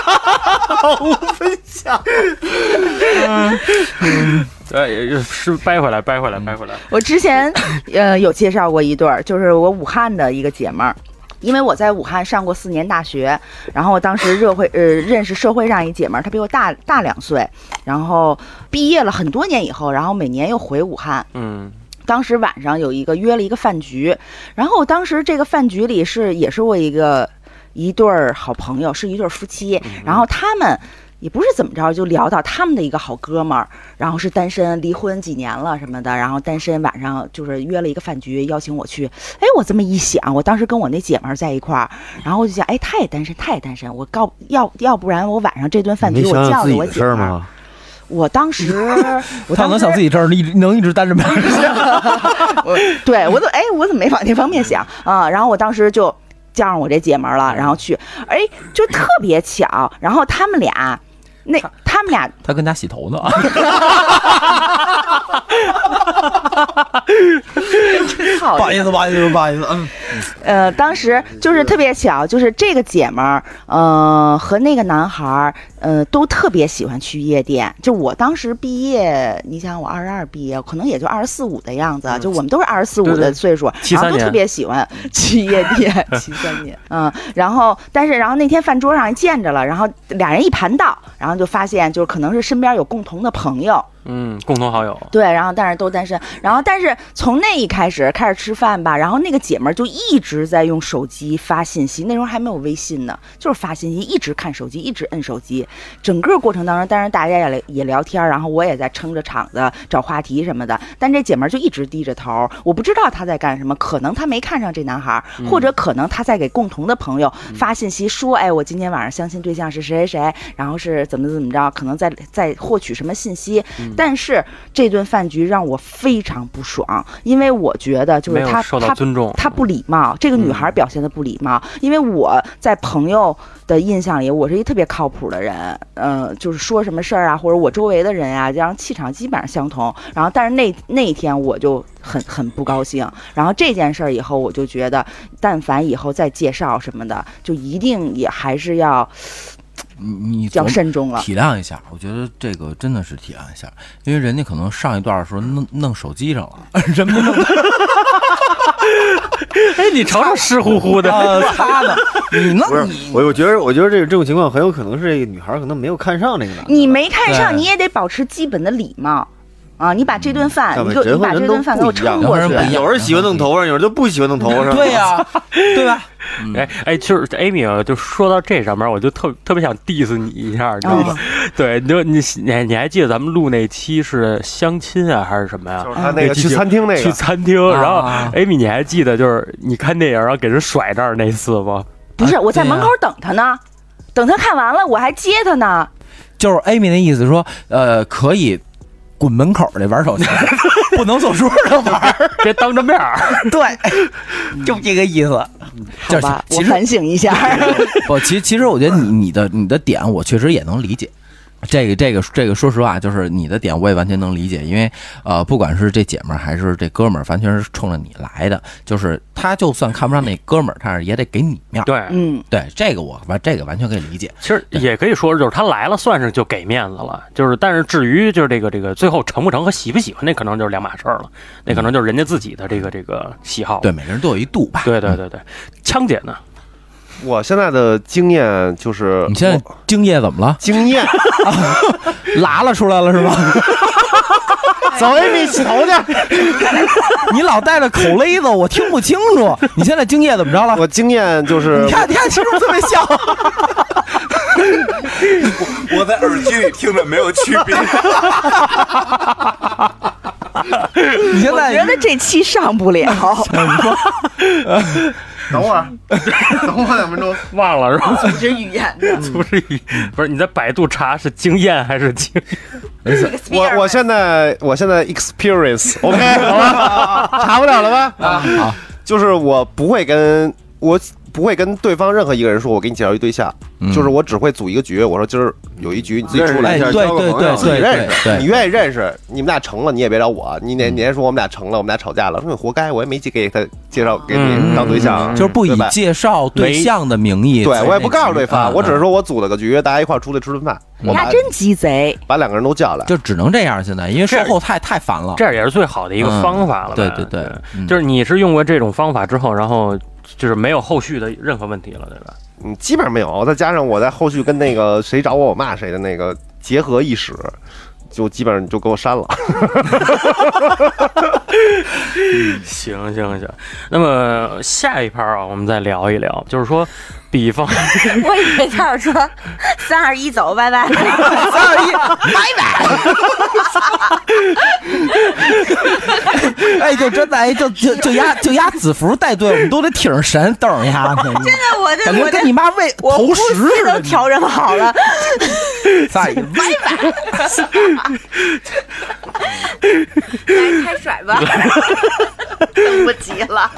呃，也是掰回来，掰回来，掰回来。
我之前呃有介绍过一对儿，就是我武汉的一个姐们儿。因为我在武汉上过四年大学，然后我当时热会呃认识社会上一姐们儿，她比我大大两岁，然后毕业了很多年以后，然后每年又回武汉，
嗯，
当时晚上有一个约了一个饭局，然后当时这个饭局里是也是我一个一对儿好朋友，是一对儿夫妻，
嗯
然后他们也不是怎么着就聊到他们的一个好哥们儿，然后是单身离婚几年了什么的，然后单身晚上就是约了一个饭局邀请我去，哎，我这么一想，我当时跟我那姐们儿在一块儿，然后我就想，哎，她也单身，她也单身，我告要要不然我晚上这顿饭
你
局我
想想
叫
自
了
己
我
的
姐
事儿
们儿，
吗？
我当 时我
他
当
能
时
想自己这儿一能一 直单着吗？
我 对我怎么哎，我怎么没往那方面想
嗯
啊？然后我当时就叫上我这姐们儿了，然后去，哎，就特别巧，然后他们俩。那他们俩
他跟家洗头呢。
好
不，好意思，不好意思，不好意思，嗯，
呃，当时就是特别巧，就是这个姐们儿，呃，和那个男孩儿，呃，都特别喜欢去夜店。就我当时毕业，你想我二十二毕业，可能也就二十四五的样子，就我们都是二十四五
对对
的岁数，
73
然后都特
年
别喜欢去夜店， 七三年，嗯，然后但是然后那天饭桌上还见着了，然后俩人一盘道，然后就发现就是可能是身边有共同的朋友，
嗯，共同好友。
对，然后但是都单身，然后但是从那一开始开始吃饭吧，然后那个姐们儿就一直在用手机发信息，那时候还没有微信呢，就是发信息，一直看手机，一直摁手机。整个过程当中，当然大家也聊也聊天儿，然后我也在撑着场子找话题什么的，但这姐们儿就一直低着头儿，我不知道她在干什么，可能她没看上这男孩儿，
嗯
或者可能她在给共同的朋友发信息说，哎，我今天晚上相亲对象是谁谁谁，然后是怎么怎么着，可能在在获取什么信息，
嗯
但是这顿饭局让我非常不爽，因为我觉得就
没
是
有
她
受到
她
尊重，
她不礼貌，这个
嗯
女孩表现的不礼貌，因为我在朋友的印象里，我是一特别靠谱的人，呃，就是说什么事儿啊，或者我周围的人啊，这样气场基本上相同。然后，但是那那一天我就很很不高兴。然后这件事儿以后，我就觉得，但凡以后再介绍什么的，就一定也还是要
你你琢
要
磨
慎重啊了。
体谅一下，我觉得这个真的是体谅一下，因为人家可能上一段的时候弄弄手机上了， 人没弄到
哎，你瞅瞅湿乎乎的，
啊
他呢，你
不是
弄你，
我我觉得我觉得这这种情况很有可能是这个女孩可能没有看上这个男的。
你没看上，
对
你也得保持基本的礼貌啊！你把这顿饭，
但
你
是
就你
人和
把这
人都
顿饭给我
不一样
撑过
人
去
和。人不一样
有人喜欢弄头上，有人就不喜欢弄头上。
对呀、 对吧？
哎哎，就是 Amy 啊，就说到这上面，我就特特别想 diss 你一下，你知道吗？对，你就你你你还记得咱们录那期是相亲啊，还是什么呀？
就是他那个
嗯
去餐厅那
去
个，
餐厅，然后
啊
Amy，你还记得就是你看电影然后给人甩那儿那次 吗？
不是，我在
对呀
门口等他呢，等他看完了，我还接他呢。
就是 Amy 那意思说，呃，可以滚门口去玩手机， 不能坐桌上 玩。
别当着面儿，
对，就这个意思。就
好
是
吧，
其
我
实
反省一下。
不，其其实我觉得你你的你的点，我确实也能理解。这个这个这个，说实话，就是你的点我也完全能理解，因为呃，不管是这姐们儿还是这哥们儿，完全是冲着你来的。就是他就算看不上那哥们儿，但是也得给你面儿。
对，
嗯，
对，这个我完这个完全可以理解。
其实也可以说，就是他来了，算是就给面子了。就是，但是至于就是这个这个最后成不成和喜不喜欢，那可能就是两码事儿了。那可能就是人家自己的这个这个喜好。
对，每个人都有一度吧。
对对对对，枪姐呢？
我现在的经验就是，
你现在
我
精液怎么了？
经验
拉了出来了是吧？
走一米洗头去。
你老带着口勒子，我听不清楚。你现在精液怎么着了？
我经验就是
你，看，你看，是不是特别像？
我在耳机里听着没有区别。
你 现
我觉
在
得这期上不了，
等会儿，等我两分钟。
忘了是吧？
这语言 的。
不是一，不是你在百度查是经验还是经？
我我现在我现在 experience OK 好吧，查不了了吧？啊，
好，
就是我不会跟我不会跟对方任何一个人说我给你介绍一对象，
嗯
就是我只会组一个局，我说今儿有一局你自己出来
哎，
一下
对，
交个
对
朋友
对
自己
对
认
对
识，你
对，
愿意认识，你们俩成了，你也别找我。你哪你还说我们俩成了，我们俩吵架了，说你活该，我也没给他介绍给你当对象，
就是不以
对吧
介绍对象的名义，
对我也不告诉对
啊嗯
方，我只是
啊
说我组了个局，大家一块儿出来吃顿饭，我
他
把
真鸡贼，
把两个人都叫来，
就只能这样。现在因为售后太太烦了，
这样也是最好的一个方法了吧。
对对对，嗯
就是你是用过这种方法之后，然后就是没有后续的任何问题了，对吧？
嗯，基本上没有。再加上我在后续跟那个谁找我我骂谁的那个结合一使，就基本上就给我删了。
行行行，那么下一盘啊，我们再聊一聊，就是说，比方
我以为他要说三二一走，拜拜。
哎，就真的哎，就就就压就压子服带队，我们都得挺着神瞪着压呢。真的，
我这
感觉
我这
跟你妈喂
我
投食
呼吸
似
都
的。
调整好了，
再一问
来开甩吧，等不及了。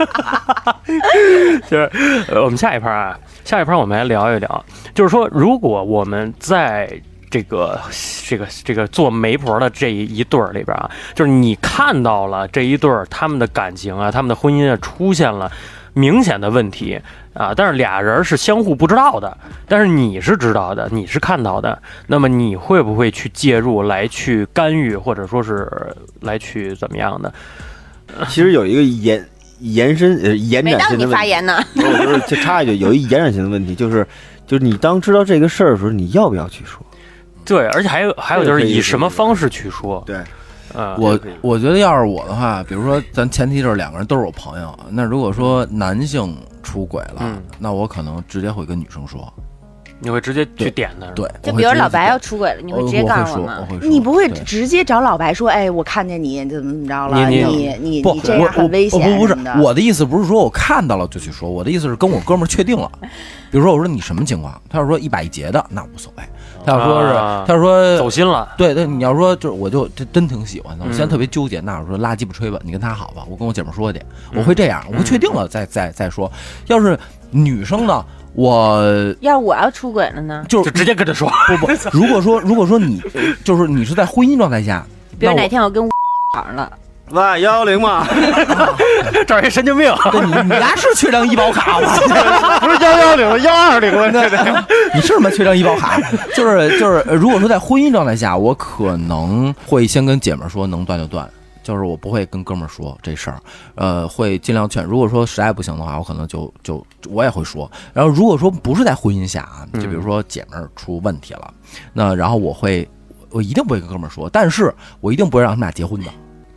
就是呃，我们下一盘啊，下一盘我们来聊一聊，就是说，如果我们在这个这个这个做媒婆的这一对儿里边啊，就是你看到了这一对儿他们的感情啊，他们的婚姻啊出现了明显的问题啊，但是俩人是相互不知道的，但是你是知道的，你是看到的，那么你会不会去介入来去干预，或者说是来去怎么样的？
其实有一个延延伸呃延
没
展
到
性
你
的问
发
题，
言呢，
我就是就插一句，有一延展性的问题，就是就是你当知道这个事儿的时候，你要不要去说？
对，而且还有还有就是
这个可以
以什么方式去说？
对，
呃，
我我觉得要是我的话，比如说咱前提就是两个人都是我朋友，啊那如果说男性出轨了，
嗯
那我可能直接会跟女生说，
你会直接去
对
点他是吧？
对，
就
我
比如
会直接
老白
去
要出轨了，你会
我
直接
呃我
告
会
诉我
说我
吗？
会说，
你不会
对
直接找老白说，哎，我看见你怎么怎么着了，
你
你
你
你
不，
你这样
我
很危险
我不不
什
是
么的，
我的意思，不是说我看到了就去说，我的意思是跟我哥们儿确定了。比如说，我说你什么情况？他要说一百一节的，那无所谓。他要说是，
啊
他要说
走心了。
对对，你要说就是，我就真真挺喜欢的，我现在
嗯
特别纠结。那我说拉鸡巴吹吧，你跟他好吧，我跟我姐们儿说去，我
嗯
会这样，我会确定了再再再说。要是女生呢，我
要是我要出轨了呢？
就
就是直接跟他说，
不 不，如果说如果说你就是你是在婚姻状态下，
比
那
如
我
哪天我跟 好了，
喂，幺幺零嘛，
这儿一神经 病，
对你你丫是缺张医保卡，我。
不是幺幺零 了，幺二零了，这得
你是什么缺张医保卡？ 就是就是，呃如果说在婚姻状态下，我可能会先跟姐们儿说能断就断，就是我不会跟哥们儿说这事儿，呃，会尽量劝。如果说实在不行的话，我可能就就我也会说。然后如果说不是在婚姻下啊，就比如说姐们儿出问题了，那然后我会我一定不会跟哥们儿说，但是我一定不会让他们俩结婚的。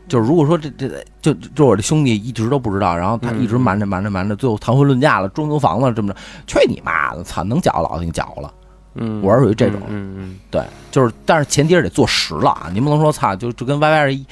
就是如果说这这就就我这兄弟一直都不知道，然后他一直瞒着瞒着瞒着，最后谈婚论嫁了，装修房子这么着，去你妈的！操，能搅和老子你搅和了。
嗯
我是属于这种，
嗯嗯，
对，就是但是前提是得做实了啊，你不能说操，就就跟 Y Y 一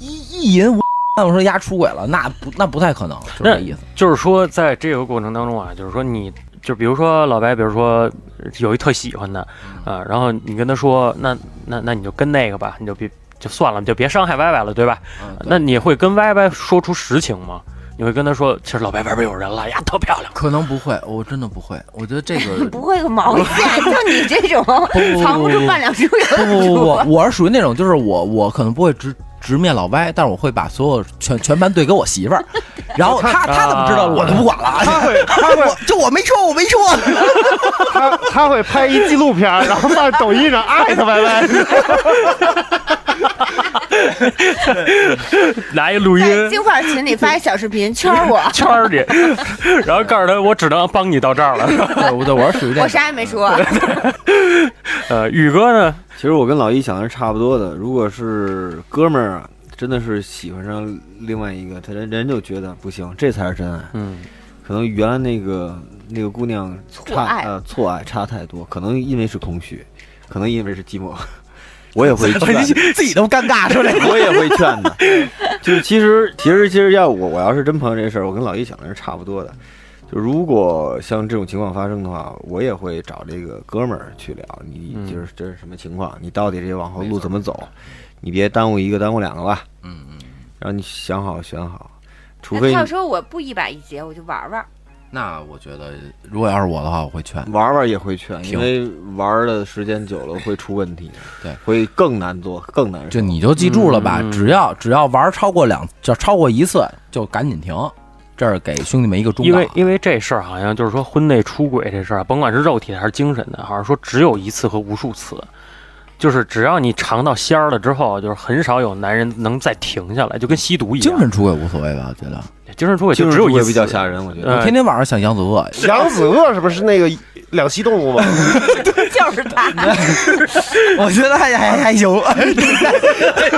一一淫，那我说丫出轨了，那不那不太可能，就是
那
这意思。
就是说在这个过程当中啊，就是说你，就比如说老白，比如说有一特喜欢的
嗯
啊，然后你跟他说，那那那你就跟那个吧，你就别就算了，你就别伤害歪歪了，对吧？
嗯对
那你会跟歪歪说出实情吗？你会跟他说，其实老白外边有人了，哎呀，特漂亮。
可能不会，我真的不会。我觉得这个
不会个毛线！就你这种
不
藏不住半 两猪油
不
的
不不
主
不
播，，
我是属于那种，就是我我可能不会直直面老歪，但是我会把所有全全班对给我媳妇儿，然后她她怎么知道了我就不管了，
他会他会
我就我没说我没说，
他他会拍一纪录片，然后放抖音上艾特歪 歪。
拿一录音，
在金块群里发一小视频圈儿我
圈儿里，然后告诉他我只能帮你到这儿了。
对我对我是属于这
我
种。
啥也没说。
呃，宇哥呢？
其实我跟老一想的是差不多的。如果是哥们儿啊，真的是喜欢上另外一个，他人人就觉得不行，这才是真爱。
嗯，
可能原来那个那个姑娘
错
差
爱
呃错爱差太多，可能因为是空虚，可能因为是寂寞， 我也会劝的，
自己都尴尬说这 个，
我也会劝 的。就是其实其实其实要我我要是真碰到这事儿，我跟老一想的是差不多的。就如果像这种情况发生的话，我也会找这个哥们儿去聊，你
嗯
就是这是什么情况，你到底这往后路怎么走，你别耽误一个耽误两个吧。嗯嗯，然后你想好选好，除非
那
你
他要说我不一百一节，我就玩玩。
那我觉得如果要是我的话，我会劝。
玩玩也会劝，
停
因为玩的时间久了会出问题的，
对，
会更难做，更难受。
就你就记住了吧，
嗯
只要只要玩超过两，就超过一次就赶紧停，这是给兄弟们一个忠告。
因为因为这事儿好像就是说婚内出轨这事儿啊，甭管是肉体的还是精神的，好像说只有一次和无数次，就是只要你尝到鲜儿了之后，就是很少有男人能再停下来，就跟吸毒一样。
精神出轨无所谓吧，我觉得。
精神出轨就
精
只
神
有
出
一
轨
次，
比较吓人，我觉得。
我天天晚上想杨子鳄，
杨子鳄是不是那个两栖动物吗？
就是他，
我觉得还还还行。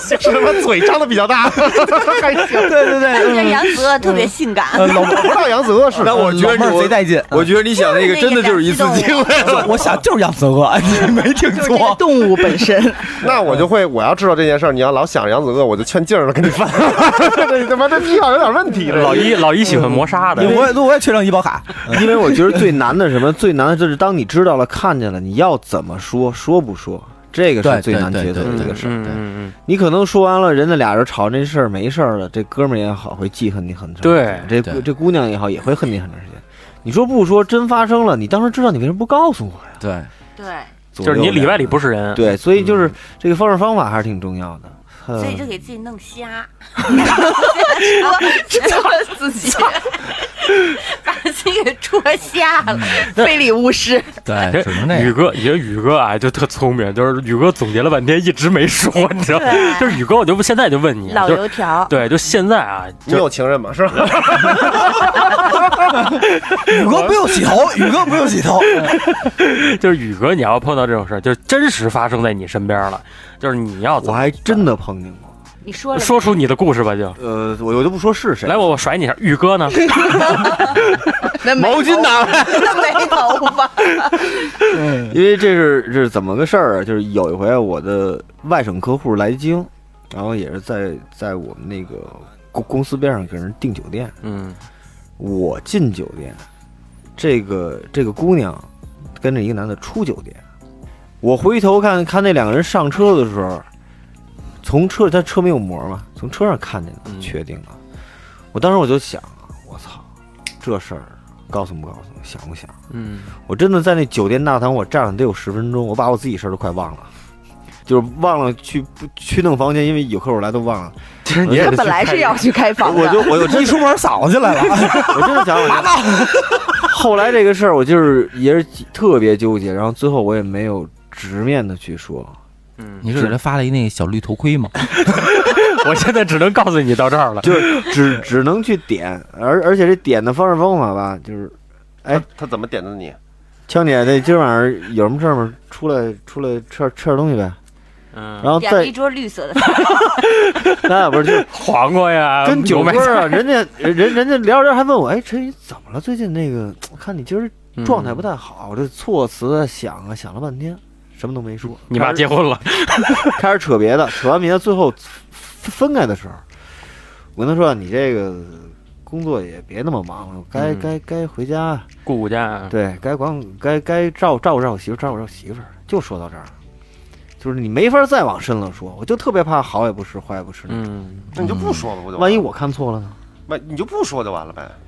是他妈嘴张的比较大， 还行。
对对对，
这杨子鳄特别性感，
我不知道杨子鳄是
那我觉得
老妹儿
你
贼带劲。
我觉得你想那个真的就是 一次
就是那
机
个
会了。
我想就是杨子鳄，你没
就
听
是这个
错。
动物本身，
那我就会，我要知道这件事儿，你要老想着杨子鳄，我就劝劲儿了，跟你 翻。这他妈这癖好有点问题了。
老一老一喜欢磨砂的，
我也我也缺张医保卡，
因为我觉得最难的是什么，最难的就是当你知道了、看见了，你要怎么说，说不说，这个
对
是最难
对
抉择
对
的
对
这个事儿。
嗯嗯
你可能说完了，人家俩人吵这事儿没事儿了，这哥们儿也好会记恨你很长时间，
对
这
对
这姑娘也好也会恨你很长时间。你说不说，真发生了，你当时知道，你为什么不告诉我呀？
对，
对，
嗯，就是你里外里不是人，
对，所以
嗯
就是这个方式方法还是挺重要的。
所以
嗯
就给自己弄瞎，
自己
把自己给戳瞎了，非礼勿 视。
对，只能那
宇
样。
哥，也宇哥啊，就特聪明，就是宇哥总结了半天，一直没说，你知道吗？
对
就是宇哥，我就不现在就问你啊，
老
就是
油条，
对，就现在啊，
你有情人吗？是吧？
宇哥不用洗 头，宇哥不用洗头。
就是宇哥，你要碰到这种事儿，就是真实发生在你身边了，就是你要
我
怎么
还真的碰见过，
你说了
说出你的故事吧，就
呃，我我就不说是谁，
来我我甩你一下，宇哥 呢？
那没
毛巾拿来，
那没头发，
因为这是这是怎么个事儿啊？就是有一回我的外省客户来京，然后也是在在我们那个公公司边上给人订酒店，
嗯
我进酒店，这个这个姑娘跟着一个男的出酒店，我回头看看那两个人上车的时候，从车他车没有膜嘛，从车上看见
嗯
的，确定了。我当时我就想，我操，这事儿告诉不告诉，想不想？
嗯，
我真的在那酒店大堂，我站了得有十分钟，我把我自己事儿都快忘了，就是忘了去不去弄房间，因为有客户来都忘了。
其实你也
他
得
本来是要去开房
我
的，
就我就真
一出门扫进来了，啊
我真的想我就 后来这个事儿，我就是也是特别纠结，然后最后我也没有直面的去说。
嗯，
你是给他发了一那个小绿头盔吗？
我现在只能告诉你到这儿了。
就是 只只能去点，而而且这点的方式方法吧，就是，哎，
他怎么点的你？
枪姐，这今儿晚上有什么事儿吗？出来出来吃吃点东西呗。
嗯，
然后
点了一
再
桌绿色的菜，
那也不是就是
黄瓜呀，
跟酒
油麦
哥 啊，人家人人家聊着聊还问我，哎，陈宇怎么了？最近那个，我看你今儿
嗯
状态不太好，我这措辞啊想啊想了半天，什么都没说。
你妈
开始
结婚了，
开始扯别的，扯完别的，最后分分开的时候，我跟他说：“你这个工作也别那么忙了，该
嗯
该该回家，啊
姑姑家，啊
对该管该该照照顾照顾媳妇儿，照顾照顾媳妇儿。”就说到这儿了，就是你没法再往深了说，我就特别怕好也不是，坏也不是那种。
嗯，
那你就不说了，不就完了？
万一我看错了呢？
那你就不说就完了呗。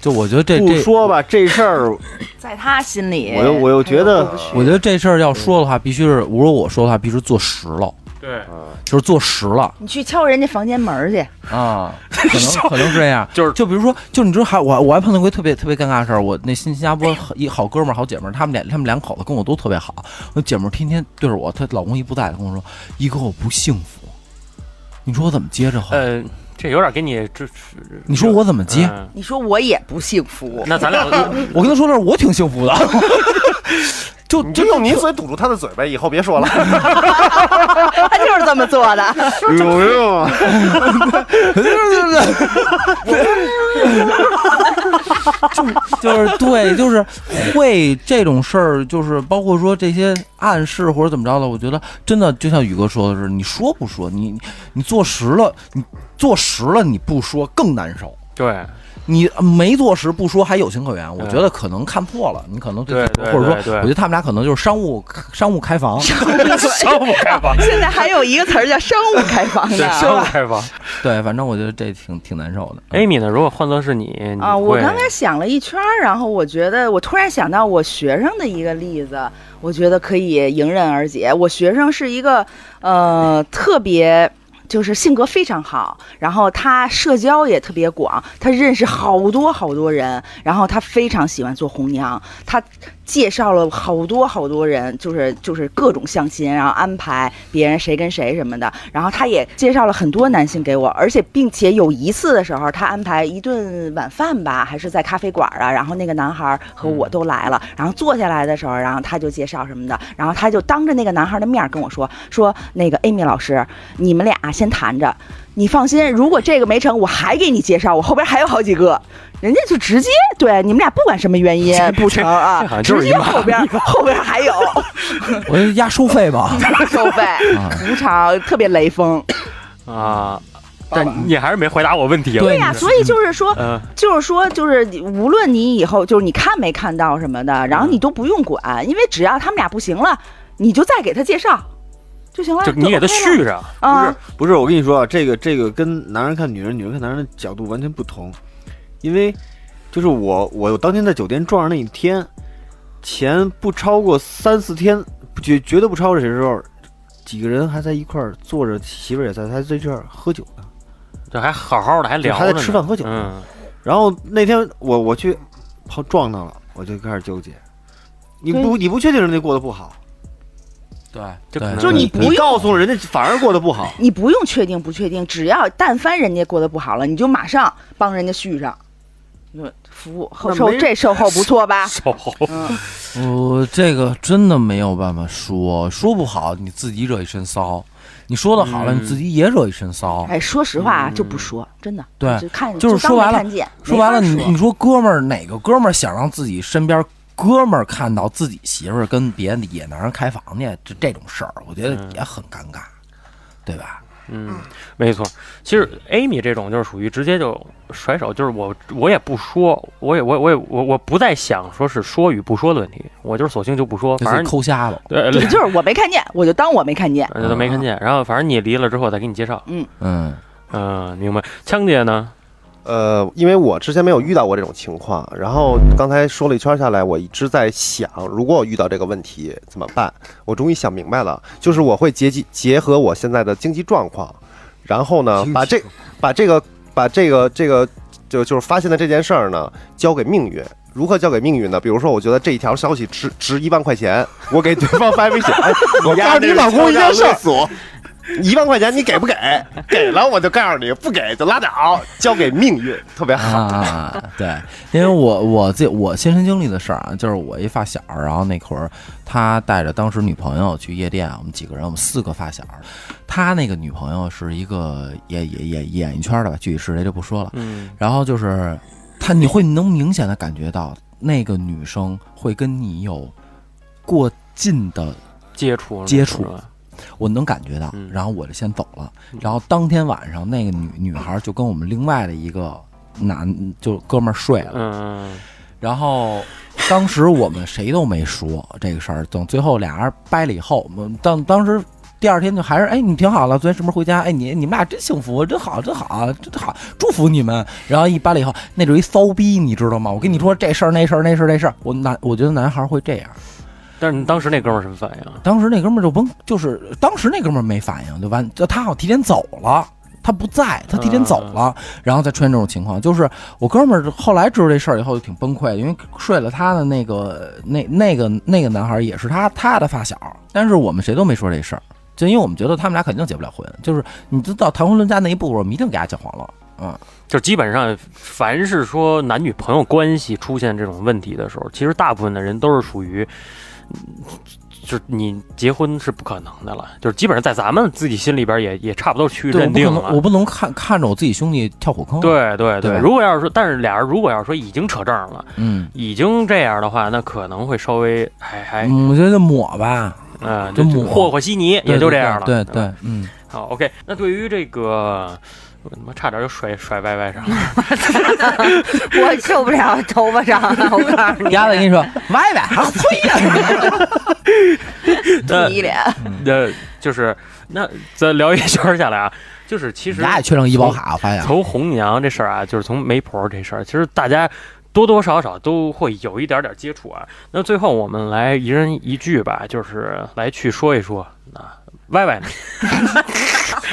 就我觉得这
不
这，
说吧，这事儿
在他心里，
我又我又觉
他
得
过不去
我觉得这事儿要说的话，必须是如果我说的话，必须做实了，
对，
就是做实了
你去敲人家房间门儿去，
啊，可能可能是这样。
就是
就比如说，就你知道还我我还碰到过一特别特别尴尬的事儿，我那新新加坡一好哥们儿好姐们儿，他们俩他们两口子跟我都特别好，那姐们儿天天对着我，她老公一不在，她跟我说一哥我不幸福，你说我怎么接这话？
呃，这有点给你这，
你说我怎么接？
嗯
你说我也不幸福，
那 咱俩
我跟他说的是我挺幸福的， 就
你
就
就用你嘴堵住他的嘴呗，以后别说了。
他就是这么做的。
有用。
啊
就是对，就是会这种事儿，就是包括说这些暗示或者怎么着的，我觉得真的就像宇哥说的是，你说不说，你你做实了，你做实了你不说更难受。
对
你没做实不说还有情可原，我觉得可能看破了，你可能
对对
或者说，
对对
我觉得他们俩可能就是商务商务开 房，
商务开 放，
现在还有一个词儿叫生物开放
对
的，是
商务
吧？
开放。
对，反正我觉得这挺挺难受的。
Amy 呢？如果换作是你，你
啊，我
会
刚才想了一圈儿，然后我觉得我突然想到我学生的一个例子，我觉得可以迎刃而解。我学生是一个呃特别。就是性格非常好，然后他社交也特别广，他认识好多好多人，然后他非常喜欢做红娘，他介绍了好多好多人，就是就是各种相亲，然后安排别人谁跟谁什么的。然后他也介绍了很多男性给我，而且并且有一次的时候，他安排一顿晚饭吧，还是在咖啡馆啊。然后那个男孩和我都来了，然后坐下来的时候，然后他就介绍什么的，然后他就当着那个男孩的面跟我说说那个 Amy 老师，你们俩先谈着。你放心，如果这个没成，我还给你介绍，我后边还有好几个。人家就直接对你们俩不管什么 原因不成啊
这好像，就是
直
一
接
骂
后边 后边还 有
我就压收费吧，
收费
啊
嗯
无偿，特别雷锋。
啊，但你还是没回答我问题啊。
对
哎对呀、所以就是说，
嗯，
就是说，就是你无论你以后就是你看没看到什么的，然后你都不用管，因为只要他们俩不行了，你就再给他介绍就
啊
行了。
就你给他
OK 了
续上，
不是
啊，
不是，我跟你说啊，这个这个跟男人看女人、女人看男人的角度完全不同，因为就是我我当天在酒店撞上那一天，前不超过三四天，不绝绝对不超过这时候，几个人还在一块儿坐着，媳妇儿也在，还在这儿喝酒呢。
这还好好的，还聊着
还
呢
在吃饭喝酒
嗯，
然后那天我我去跑撞到了，我就开始纠结，你不你不确定人家过得不好，
对，
就可能
就是你不用
你告诉了人家反而过得不好。
你不用确定不确定，只要但凡人家过得不好了，你就马上帮人家续上。你说服务后
那
售
没
这售后不错吧？
售后
嗯，
我、这个真的没有办法说，说不好你自己惹一身骚，你说的好了、
嗯
你自己也惹一身骚。
哎，说实话啊就不说，真的。
对
就看
就是
当
说
没
白了
看见
说白了，
没
你
法
你说哥们儿哪个哥们儿想让自己身边哥们儿看到自己媳妇儿跟别的野男人开房去，这这种事儿，我觉得
嗯
也很尴尬，对吧？
嗯，没错。其实 Amy 这种就是属于直接就甩手，就是我我也不说，我也我我也我我不再想说是说与不说的问题，我就是索性就不说，
就
反
是
正
抠瞎了，
对
你就是我没看见，我就当我没看见。
呃都没看见。然后反正你离了之后再给你介绍。
嗯，
嗯，明白。枪姐呢？
呃，因为我之前没有遇到过这种情况，然后刚才说了一圈下来，我一直在想，如果我遇到这个问题怎么办？我终于想明白了，就是我会结结结合我现在的经济状况，然后呢，把这把这个把这个这个就就是发现的这件事儿呢，交给命运。如何交给命运呢？比如说，我觉得这一条消息值值一万块钱，我给对方发微信，哎我告诉你老公一件事儿，一万块钱你给不给？给了我就告诉你，不给就拉倒，交给命运，特别好。
啊，对，因为我我自己我亲身经历的事儿啊，就是我一发小，然后那会儿他带着当时女朋友去夜店，我们几个人，我们四个发小，他那个女朋友是一个也也也演艺圈的吧，具体是谁就不说了。
嗯，
然后就是他，你会能明显的感觉到那个女生会跟你有过近的，
接触
接触
是吧
我能感觉到
嗯。
然后我就先走了。然后当天晚上，那个女女孩就跟我们另外的一个男就哥们儿睡了。
嗯，
然后当时我们谁都没说这个事儿，等最后俩人掰了以后，我们当当时第二天就还是哎，你挺好了，昨天什么时候回家？哎，你你们俩真幸福，真好，真好，真好，祝福你们。然后一搬了以后，那就是一骚逼，你知道吗？我跟你说这事儿那事儿那事儿那事儿，我男我觉得男孩会这样。
但是你当时那哥们儿什么反应啊？
当时那哥们儿就崩，就是当时那哥们儿没反应，就完，就他好像提前走了。他不在，他提前走了，
嗯
然后再出现这种情况。就是我哥们儿后来知道这事儿以后就挺崩溃的，因为睡了他的那个那那个那个男孩也是他他的发小，但是我们谁都没说这事儿，就因为我们觉得他们俩肯定结不了婚，就是你知道谈婚论嫁那一步，我们一定给他讲黄了。嗯，
就是基本上，凡是说男女朋友关系出现这种问题的时候，其实大部分的人都是属于，嗯就是你结婚是不可能的了，就是基本上在咱们自己心里边也也差不多去
对，我
认
不可
定
能，我
了。
不能看看着我自己兄弟跳火坑。，
对对
对
如果要是说，但是俩人如果要是说已经扯证了，
嗯，
已经这样的话，那可能会稍微还还
嗯我觉得抹吧，
啊，
嗯就
就
抹
和和稀泥，也
对
就
对
这样了。
对
吧
对，嗯，
好，OK。那对于这个，我他妈差点就甩甩歪歪上了。
我受不了头发上，我告诉你，
丫的跟你说， 歪歪，啊呸 呀！
那嗯
一脸
那就是那咱聊一圈下来啊，就是其实
丫也缺上医保卡，我发现。啊
从红娘这事儿啊，就是从媒婆这事儿，其实大家多多少少都会有一点点接触啊。那最后我们来一人一句吧，就是来去说一说啊。歪歪呢，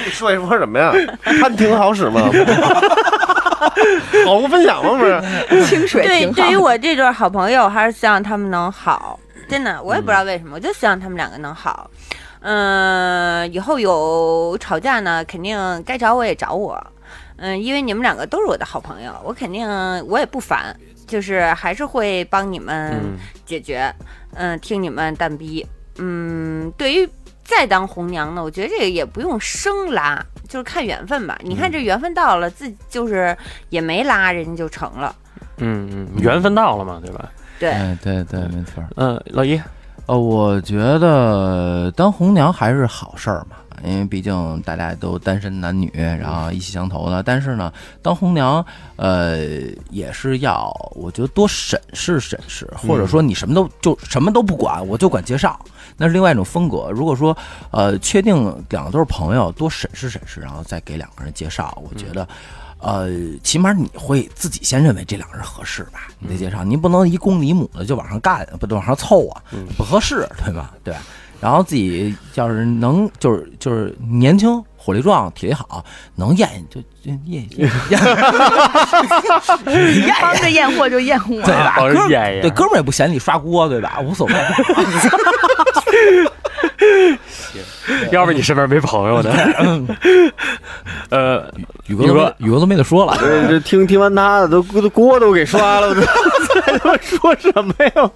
你说一说什么呀？潘婷好使吗？好物分享吗？不是，
清水
对
挺，好
对于 我这对好朋友，还是希望他们能好。真的，我也不知道为什么，我就希望他们两个能好。嗯，以后有吵架呢，肯定该找我也找我。嗯，因为你们两个都是我的好朋友，我肯定我也不烦，就是还是会帮你们
嗯，
解决。嗯，听你们蛋逼。嗯，对于再当红娘呢，我觉得这个也不用生拉，就是看缘分吧。你看这缘分到了，自己就是也没拉，人家就成了。
嗯嗯，缘分到了嘛，对吧？
对，
哎，对对，没错。
嗯，老一，
呃，我觉得当红娘还是好事儿嘛，因为毕竟大家都单身男女，然后一气相投的。但是呢，当红娘，呃，也是要我觉得多审视审视，或者说你什么都就什么都不管，我就管介绍，那是另外一种风格。如果说，呃，确定两个都是朋友，多审视审视，然后再给两个人介绍，我觉得。呃，起码你会自己先认为这两个人合适吧？你得介绍，您不能一公你母的就往上干，不就往上凑啊，不合适，对吧？对吧。然后自己要是能，就是就是年轻、火力壮、体力好，能验就就验验验，
帮着验货就验货
对，吧？
保
哥
持
们
验验
对哥们儿也不嫌你刷锅，对吧？无 所谓。
要不然你身边没朋 友呢。嗯呃，
宇哥都没宇哥都没得说 了，
这这听听完他的，都都锅都给 刷了，我这还他妈说什么呀？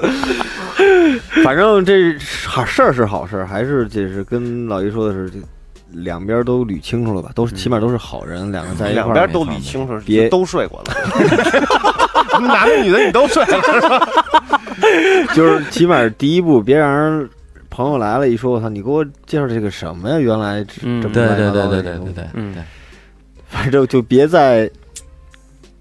反正这好事儿是好事儿，还是就是跟老姨说的是，这两边都捋清楚了吧，都
嗯
是起码都是好人，两个在一块
两
儿
边都理
那方
清楚，
别
都睡过了。 男的女的你都睡了，是吧
面，就是起码第一步别让人。朋友来了，一说我操，你给我介绍这个什么呀？原来这
嗯
这么
对
乱七
对
八
对
糟的
对
这
对
个东
对
西
对，
嗯
对
反正就别再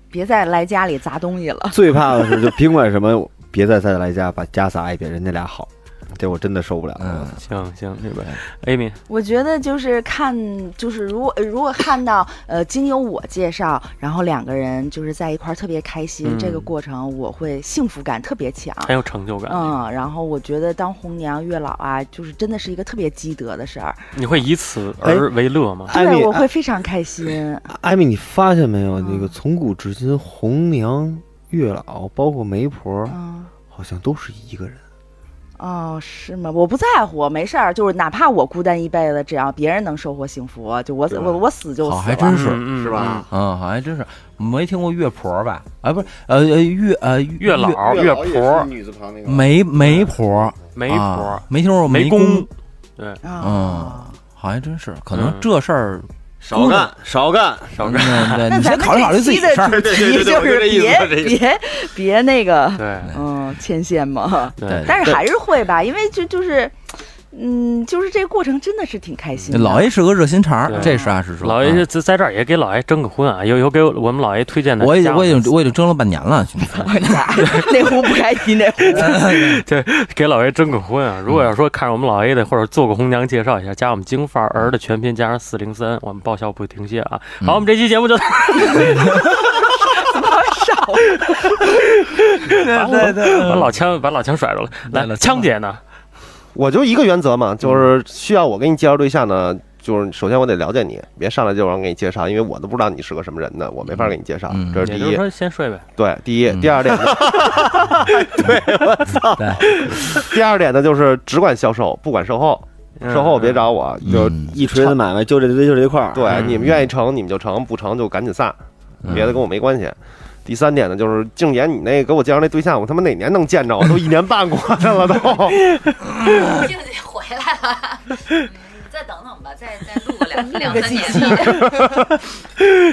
别再来家里砸东西了。
最怕的是，就甭管什么，别再再来家把家撒一遍，人家俩好，这我真的受不了。
嗯，
行行，那边 Amy，
我觉得就是看，就是如果如果看到呃，经由我介绍，然后两个人就是在一块儿特别开心，
嗯
这个过程我会幸福感特别强。
很有成就感，
嗯，然后我觉得当红娘月老啊，就是真的是一个特别积德的事儿，
你会以此而为乐吗？
艾米
对，我会非常开心。
艾米，你发现没有？
嗯
那个从古至今，红娘、月老，包括媒婆，
嗯，
好像都是一个人。
哦，是吗？我不在乎，没事儿，就是哪怕我孤单一辈子，只要别人能收获幸福，就我死
对
我我死就
好，
死
还
了。
真是。
嗯
是吧？
嗯，好像真是没听过月婆吧？啊，不是，呃呃月呃
月老、月婆、
女字旁那
媒媒婆，
媒
啊
婆、
没听说过
媒
公
公，，
嗯，好像真是，可
嗯
能这事儿
少干，少干，少
嗯。对，
那咱
你先
们
考虑考虑
这
自己
期
的事
的
儿。
主题就是别别别那个，
对，
嗯，牵线嘛。
对
但是还是会吧，因为就就是。嗯，就是这个过程真的是挺开心的。
老 A 是个热心肠儿
对，
这实话实说。
老
啊
爷在在这儿也给老爷征个婚啊，有有给我我们老爷推荐的
我已
家
经
伙
我已 经我已经争了半年了，兄弟
那壶不开提那壶，
给老爷征个婚啊！如果要说看上我们老 A 的，或者做个红娘介绍一下，加我们京范儿的全拼加上四零三，我们爆笑不停歇啊！好，我们这期节目就到
少
对对对，把老枪把老枪甩着了。
对
来，
了
枪姐呢？
我就一个原则嘛，
嗯
就是需要我给你介绍对象呢，就是首先我得了解你，别上来就让我给你介绍，因为我都不知道你是个什么人呢，我没法给你介绍，
嗯
这是
也
第
就是
一。
说先睡呗。
对，第一，
嗯
第二 点呢，
对，
第二点呢就是只管销售，不管售后，
嗯
售后别找我，就
嗯
一锤子买卖就这就这一块儿，
对，
嗯
你们愿意成你们就成，不成就赶紧散，
嗯
别的跟我没关系。第三点呢，就是静姐，你那给我介绍那对象，我他妈哪年能见着？我都一年半过去了都。
静姐回来了， 再等等吧，再再录个 两两
三年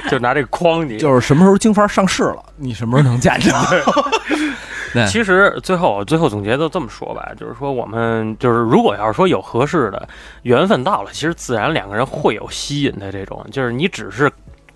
就拿这个框你。
就是什么时候京范儿上市了，你什么时候能见着？ 对，
其实最后最后总结就这么说吧，就是说我们就是如果要是说有合适的缘分到了，其实自然两个人会有吸引的这种，就是你只是。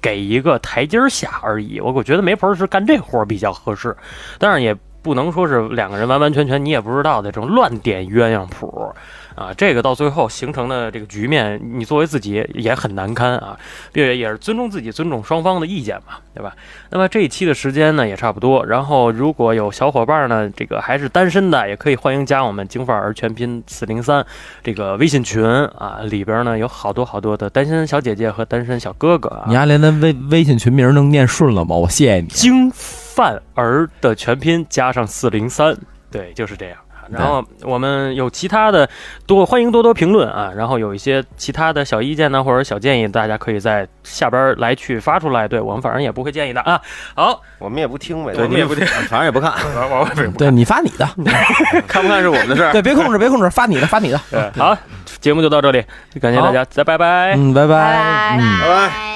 给一个台阶儿下而已，我我觉得媒婆是干这活儿比较合适，但是也不能说是两个人完完全全你也不知道的这种乱点鸳鸯谱啊，这个到最后形成的这个局面，你作为自己也很难堪啊，并且也是尊重自己、尊重双方的意见嘛，对吧？那么这一期的时间呢也差不多，然后如果有小伙伴呢，这个还是单身的，也可以欢迎加我们京范儿全拼四零三这个微信群啊，里边呢有好多好多的单身小姐姐和单身小哥哥啊
你。丫连咱微微信群名儿能念顺了吗？我谢谢你。
京范儿的全拼加上四零三，对，就是这样。然后我们有其他的多欢迎多多评论啊，然后有一些其他的小意见呢或者小建议，大家可以在下边来去发出来，对我们反正也不会建议的啊。好，
我们也不听呗，
对
我们
你
也
们
不
不听，
反正也不看，
我我
对你发你的，
看不看是我们的事儿。
对，别控制，别控制，发你的，发你的。
哎
好，节目就到这里，感谢大家，再拜拜。
嗯，拜拜。
拜
嗯。
拜。